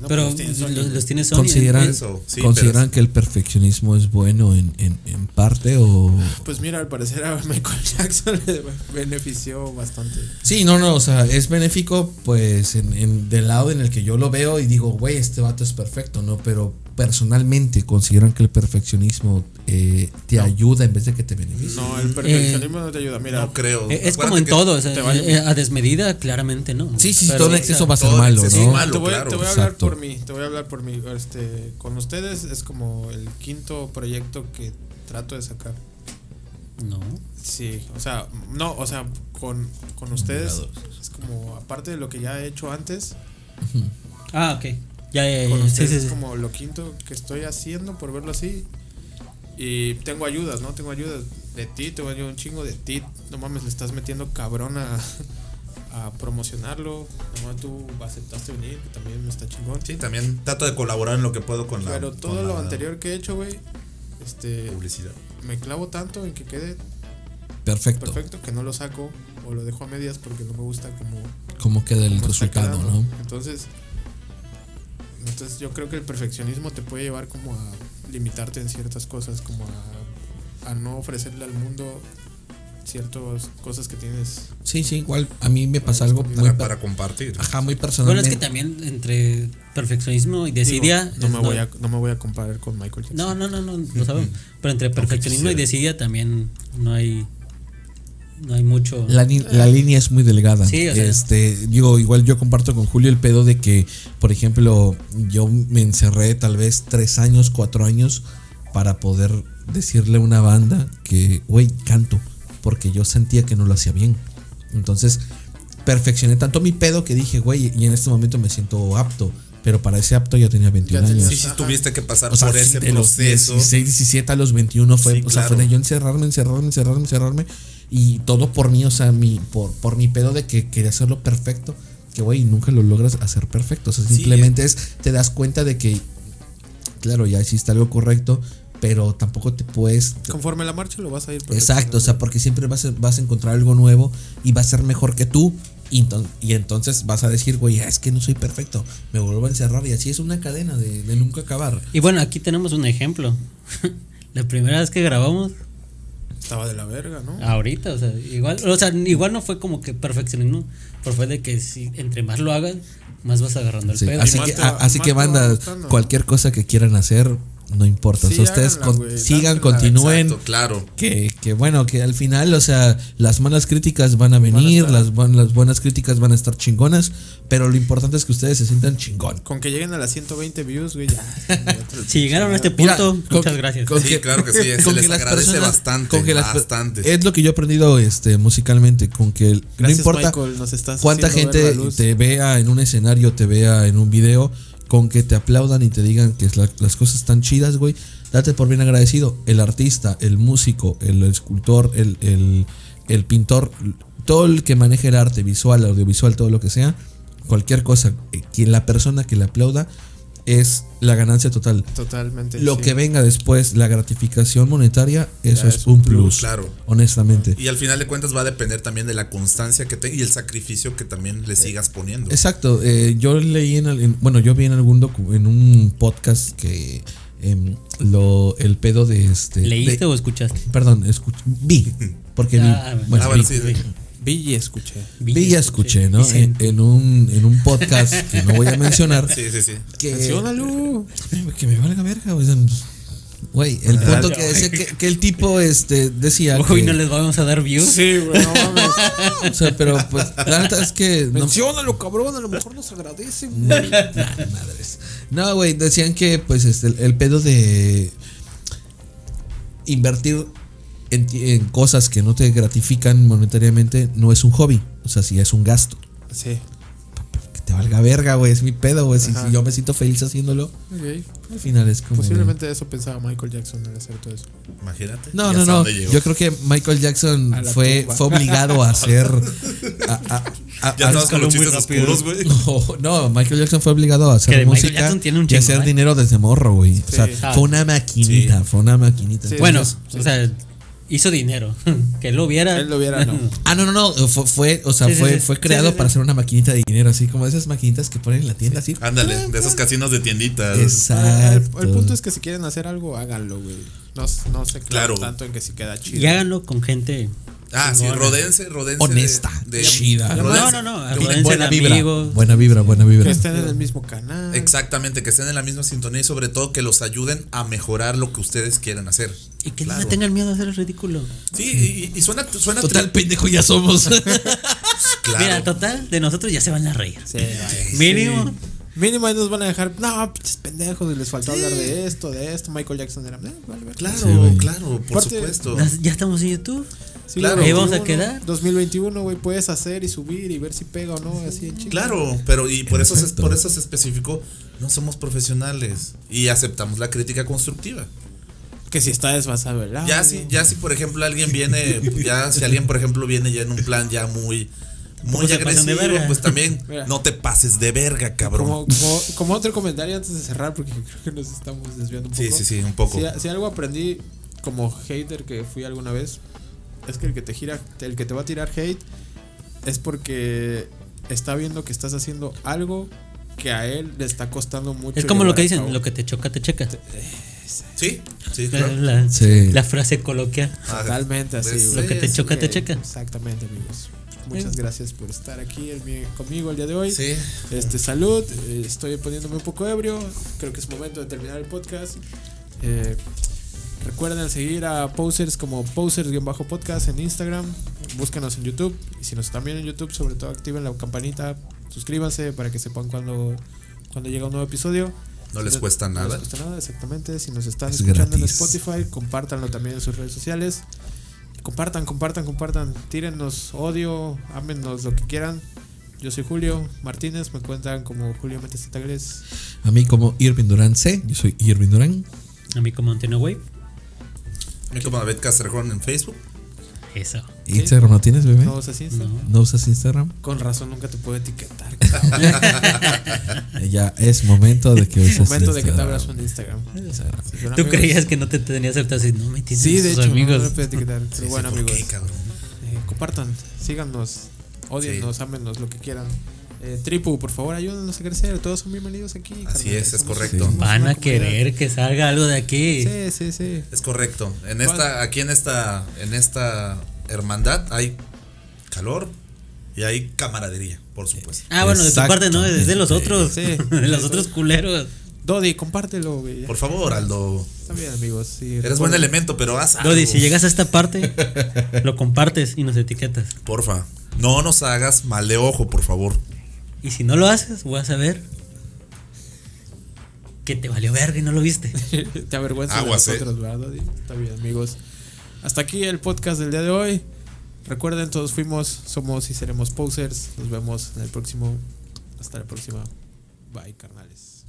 No,
pero
pues tiene Sony,
los, los tiene Sony.
¿Consideran,
Eh,
Eso, sí,
¿consideran
pero es-
que el perfeccionismo es bueno en, en- en parte o...?
Pues mira, al parecer a Michael Jackson le benefició bastante.
Sí, no, no, o sea, es benéfico pues en, en- del lado en el que yo lo veo y digo, güey, este vato es perfecto, ¿no? Pero personalmente consideran que el perfeccionismo eh, te ayuda en vez de que te beneficie.
No, el perfeccionismo no te ayuda. Mira,
No creo.
eh, es como
Acuérdate
en
que
todo, o sea,
te vale
eh, a desmedida, claramente no.
Sí, sí, sí,
Pero- eh,
todo en exceso va a ser
todo en
malo,
exceso
¿no?
es
te
malo.
voy,
claro,
te voy a hablar
exacto.
por mí, te voy a hablar por mí. Este, con ustedes es como el quinto proyecto que trato de sacar.
No.
Sí, o sea, no, o sea, con, con ustedes es como, aparte de lo que ya he hecho antes,
Ah, ok. Ya, ya,
Eh,
con
ya. Sí,
ustedes
sí,
es
sí.
como lo quinto que estoy haciendo, por verlo así. Y tengo ayudas, ¿no? Tengo ayudas de ti, tengo ayuda un chingo de ti. No mames, le estás metiendo cabrón a, a promocionarlo. Nomás tú aceptaste venir, que también está chingón.
Sí, también trato de colaborar en lo que puedo con la.
Pero todo
con
lo
la
anterior que he hecho, güey, este,
Publicidad.
me clavo tanto en que quede
Perfecto.
perfecto que no lo saco o lo dejo a medias porque no me gusta como
¿Cómo queda el
como está
resultado,
quedando.
no?
Entonces, entonces yo creo que el perfeccionismo te puede llevar como a limitarte en ciertas cosas, como a, a no ofrecerle al mundo ciertas cosas que tienes.
Sí, sí, igual a mí me pasa algo muy,
Para,
per-
para compartir.
ajá, muy personal.
Bueno, es que también entre perfeccionismo y desidia.
Digo, no, me
es-
Voy a, no me voy a comparar con Michael Jackson.
No, no, no, no, lo sabemos. Pero entre perfeccionismo y desidia también no hay. No hay mucho.
La, ni- la línea es muy delgada.
Sí, o sea.
este, digo, igual yo comparto con Julio el pedo de que, por ejemplo, yo me encerré tal vez tres años, cuatro años para poder decirle a una banda que, güey, canto, porque yo sentía que no lo hacía bien. Entonces, perfeccioné tanto mi pedo que dije, güey, y en este momento me siento apto, pero para ese apto ya tenía 21
tenías
años.
Sí, sí, tuviste que pasar
O sea,
por ese
de los
proceso.
16, 17 a los 21 fue,
Sí,
o sea, fue
claro.
de yo encerrarme, encerrarme, encerrarme, encerrarme. Y todo por mí, o sea, mi, por, por mi pedo de que quería hacerlo perfecto. Que, güey, nunca lo logras hacer perfecto. O sea,
Sí, eh.
simplemente es, te das cuenta de que, claro, ya hiciste algo correcto, pero tampoco te puedes...
Conforme la marcha lo vas a ir.
Exacto, o sea, porque siempre vas a, vas a encontrar algo nuevo y va a ser mejor que tú. Y, enton- y entonces vas a decir, güey, "Ah, es que no soy perfecto. Me vuelvo a encerrar y así es una cadena de, de nunca acabar.
Y bueno, aquí tenemos un ejemplo. La primera vez que grabamos,
Estaba de la verga, ¿no?
ahorita, o sea, igual, o sea, igual no fue como que perfeccionismo, pero fue de que si entre más lo hagas, más vas agarrando el
Sí,
pedo.
así
más
que,
te-
a- así
más
que
te va
banda,
gustando.
cualquier cosa que quieran hacer, no importa. O sea,
Sí,
ustedes
háganla,
con-
güey,
sigan,
láncenla,
continúen.
Exacto, claro.
Que, que bueno, que al final, o sea, las malas críticas van a venir, las, buen- las buenas críticas van a estar chingonas, pero lo importante es que ustedes se sientan chingón.
Con que lleguen a las 120 views, güey, ya.
Si llegaron a este
Mira,
punto,
con-
muchas gracias.
con
Sí, claro que sí, se les agradece bastante,
per- eh,
bastante.
Es lo que yo he aprendido este, musicalmente, con que el- no
Gracias,
importa
Michael, nos estás
cuánta
haciendo
gente
ver la luz.
te vea en un escenario, te vea en un video, con que te aplaudan y te digan que la- las cosas están chidas, güey, date por bien agradecido. El artista, el músico, el escultor, el, el- el pintor, todo el que maneje el arte visual, audiovisual, todo lo que sea, cualquier cosa, eh, quien la persona que le aplauda, es la ganancia total.
Totalmente.
Lo
sí.
que venga después, la gratificación monetaria, eso
Ya
es, un plus,
claro.
honestamente.
Y al final de cuentas va a depender también de la constancia que tengas y el sacrificio que también
Eh,
le sigas poniendo.
Exacto, eh, yo leí en, al- en- bueno, yo vi en algún docu- en un podcast que em, lo el pedo de este
¿Leíste
de-
o escuchaste?
perdón, escuch- vi, porque vi,
Ah, bueno.
bueno,
Ah, bueno,
vi,
sí, sí.
Vi y escuché.
Vi,
vi y escuché, ¿no? En,
Vicente.
en un en un podcast que no voy a mencionar
Sí, sí, sí.
que
Menciónalo.
que me valga verga, o sea, güey, el punto que decía que, que el tipo este decía
Hoy
que-
no les vamos a dar views.
Sí, güey, no mames.
o sea, pero pues la neta es que no,
Menciónalo, cabrón, a lo mejor nos agradecen.
Madres. No, güey, decían que pues este, el, el pedo de invertir en, ti- en cosas que no te gratifican monetariamente no es un hobby, o sea, sí es un gasto.
Sí.
Que te valga verga, güey, es mi pedo, güey. Si, si yo me siento feliz haciéndolo,
Ok.
al final es como...
Posiblemente eso pensaba Michael Jackson al hacer todo eso.
Imagínate. Y
No,
hasta
no, no.
dónde llegó.
Yo creo que Michael Jackson
la
fue,
tumba.
fue obligado a hacer... a- a- a-
ya
a-
estabas con los
muy
chistes
rápido.
oscuros,
No,
güey.
no, Michael Jackson fue obligado a
Que de
hacer
Michael
música
Jackson tiene
y
un
a
chingo,
hacer
¿eh?
dinero desde morro, güey. O sea,
Ah.
fue una maquinita, fue una maquinita.
Sí.
Bueno,
Sí.
o sea, hizo dinero. que él lo viera.
Él lo viera, no.
Ah, no, no, no, fue, fue, o sea,
Sí, sí,
fue,
sí.
fue
Sí,
creado
sí, sí.
para hacer una maquinita de dinero, así como esas maquinitas que Eh, ponen en la tienda, así.
Ándale, de esos casinos de tienditas.
Ah, El,
Exacto.
el punto es que si quieren hacer algo, háganlo, güey. No, no se claro
Claro.
tanto en que si queda chido.
y háganlo con gente.
Ah, sí,
chingona.
rodense, rodense.
honesta,
de-
chida.
No,
No,
Rodense.
no, no.
Qué
rodense
buena
de
vibra.
amigos.
Buena vibra, buena
Que
vibra.
estén en el mismo canal.
Exactamente, que estén en la misma sintonía y sobre todo que los ayuden a mejorar lo que ustedes quieran hacer.
Y que no tengan miedo de hacer el ridículo.
Sí, y, y suena, suena
Total pendejo ya somos.
tri- claro.
Mira, total, de nosotros ya se van a reír.
Sí.
Mínimo.
Mínimo ahí nos van a dejar. No, pinches pendejos, y les faltó hablar de esto, de esto. Michael Jackson era. eh, vale, vale.
claro,
Sí, güey.
claro, por
Aparte-
supuesto.
Ya- Ya estamos en YouTube.
Siglo
claro.
Ahí vamos a
21,
quedar.
2021, güey, puedes hacer y subir y ver si pega o no, así en chico.
Claro, pero y por eso, se,
Exacto.
por eso se especificó, no somos profesionales y aceptamos la crítica constructiva.
Que si está desfasado el
Ya
audio.
si, ya si por ejemplo alguien viene, ya si alguien por ejemplo viene ya en un plan ya muy,
Tampoco
muy
se pasan de
agresivo,
verga.
pues también
Mira.
no te pases de verga, cabrón.
Como, como, como otro comentario antes de cerrar, porque creo que nos estamos desviando un poco.
Sí, sí, sí, un poco.
Si, si algo aprendí como hater que fui alguna vez, es que el que te gira, el que te va a tirar hate es porque está viendo que estás haciendo algo que a él le está costando mucho.
Es como lo
llevar
que
a
dicen:
cabo.
lo que te choca, te checa.
Sí, sí,
La,
claro.
la-
Sí.
la frase coloquial.
Ah,
Eh, Totalmente así.
pues,
güey.
Lo que te
sí,
choca, te
Sí,
checa.
Exactamente, amigos. Muchas
Sí.
gracias por estar aquí el mi- conmigo el día de hoy.
Sí.
Este, salud. eh, Estoy poniéndome un poco ebrio. Creo que es momento de terminar el podcast. Eh, recuerden seguir a Posers como Posers-podcast en Instagram. Búscanos en YouTube. Y si nos están viendo en YouTube, sobre todo activen la campanita. Suscríbanse para que sepan cuando, cuando llega un nuevo episodio.
No les
Si
cuesta
no
nada.
les cuesta nada, exactamente. Si nos están
Es
escuchando
gratis.
en Spotify, compártanlo también en sus redes sociales. Compartan, compartan, compartan. Tírennos odio, ámennos lo que quieran. Yo soy Julio Martínez, me cuentan como Julio Métez Tagres.
A mí como Irving Durán C, yo soy Irving Durán.
A mí, como Antonio Wave.
Me como David Castrejón en Facebook.
Eso.
Instagram no tienes, bebé.
No usas Insta.
No.
No usas Instagram.
Con razón nunca te puedo etiquetar.
Eh, Ya es momento de que uses
Momento de que te
Instagram.
abras un Instagram. Son
Tú
amigos.
creías que no te tenía aceptado así, no me tienes
Sí, de
sus
hecho, no, no
amigos.
me puedo etiquetar. Pero
Sí,
bueno,
sí, ¿por
amigos.
qué, cabrón?
Eh, compartan, síganos, odiennos, ámennos, lo que quieran. Eh, Tripu, por favor, ayúdanos a crecer. Todos son bienvenidos aquí.
Así
carnal.
es, es
Somos-
correcto.
somos
Van
una
a querer que salga algo de aquí.
comunidad. Sí, sí, sí.
Es correcto. En esta, aquí en esta, en esta hermandad hay calor y hay camaradería, por supuesto.
Ah, bueno, de tu parte no, es de los otros.
Sí.
de los otros culeros.
Dodi, compártelo, güey.
Por favor, Aldo.
También, amigos. sí,
Eres buen
recuerden-
elemento, pero haz algo.
Dodi, si llegas a esta parte, lo compartes y nos etiquetas.
Porfa, no nos hagas mal de ojo, por favor.
Y si no lo haces, voy a saber que te valió verga y no lo viste.
Te avergüenzas
Aguas,
de
eh.
nosotros, ¿verdad, Dodi? Está bien, amigos. Hasta aquí el podcast del día de hoy. Recuerden, todos fuimos, somos y seremos posers. Nos vemos en el próximo. Hasta la próxima. Bye, carnales.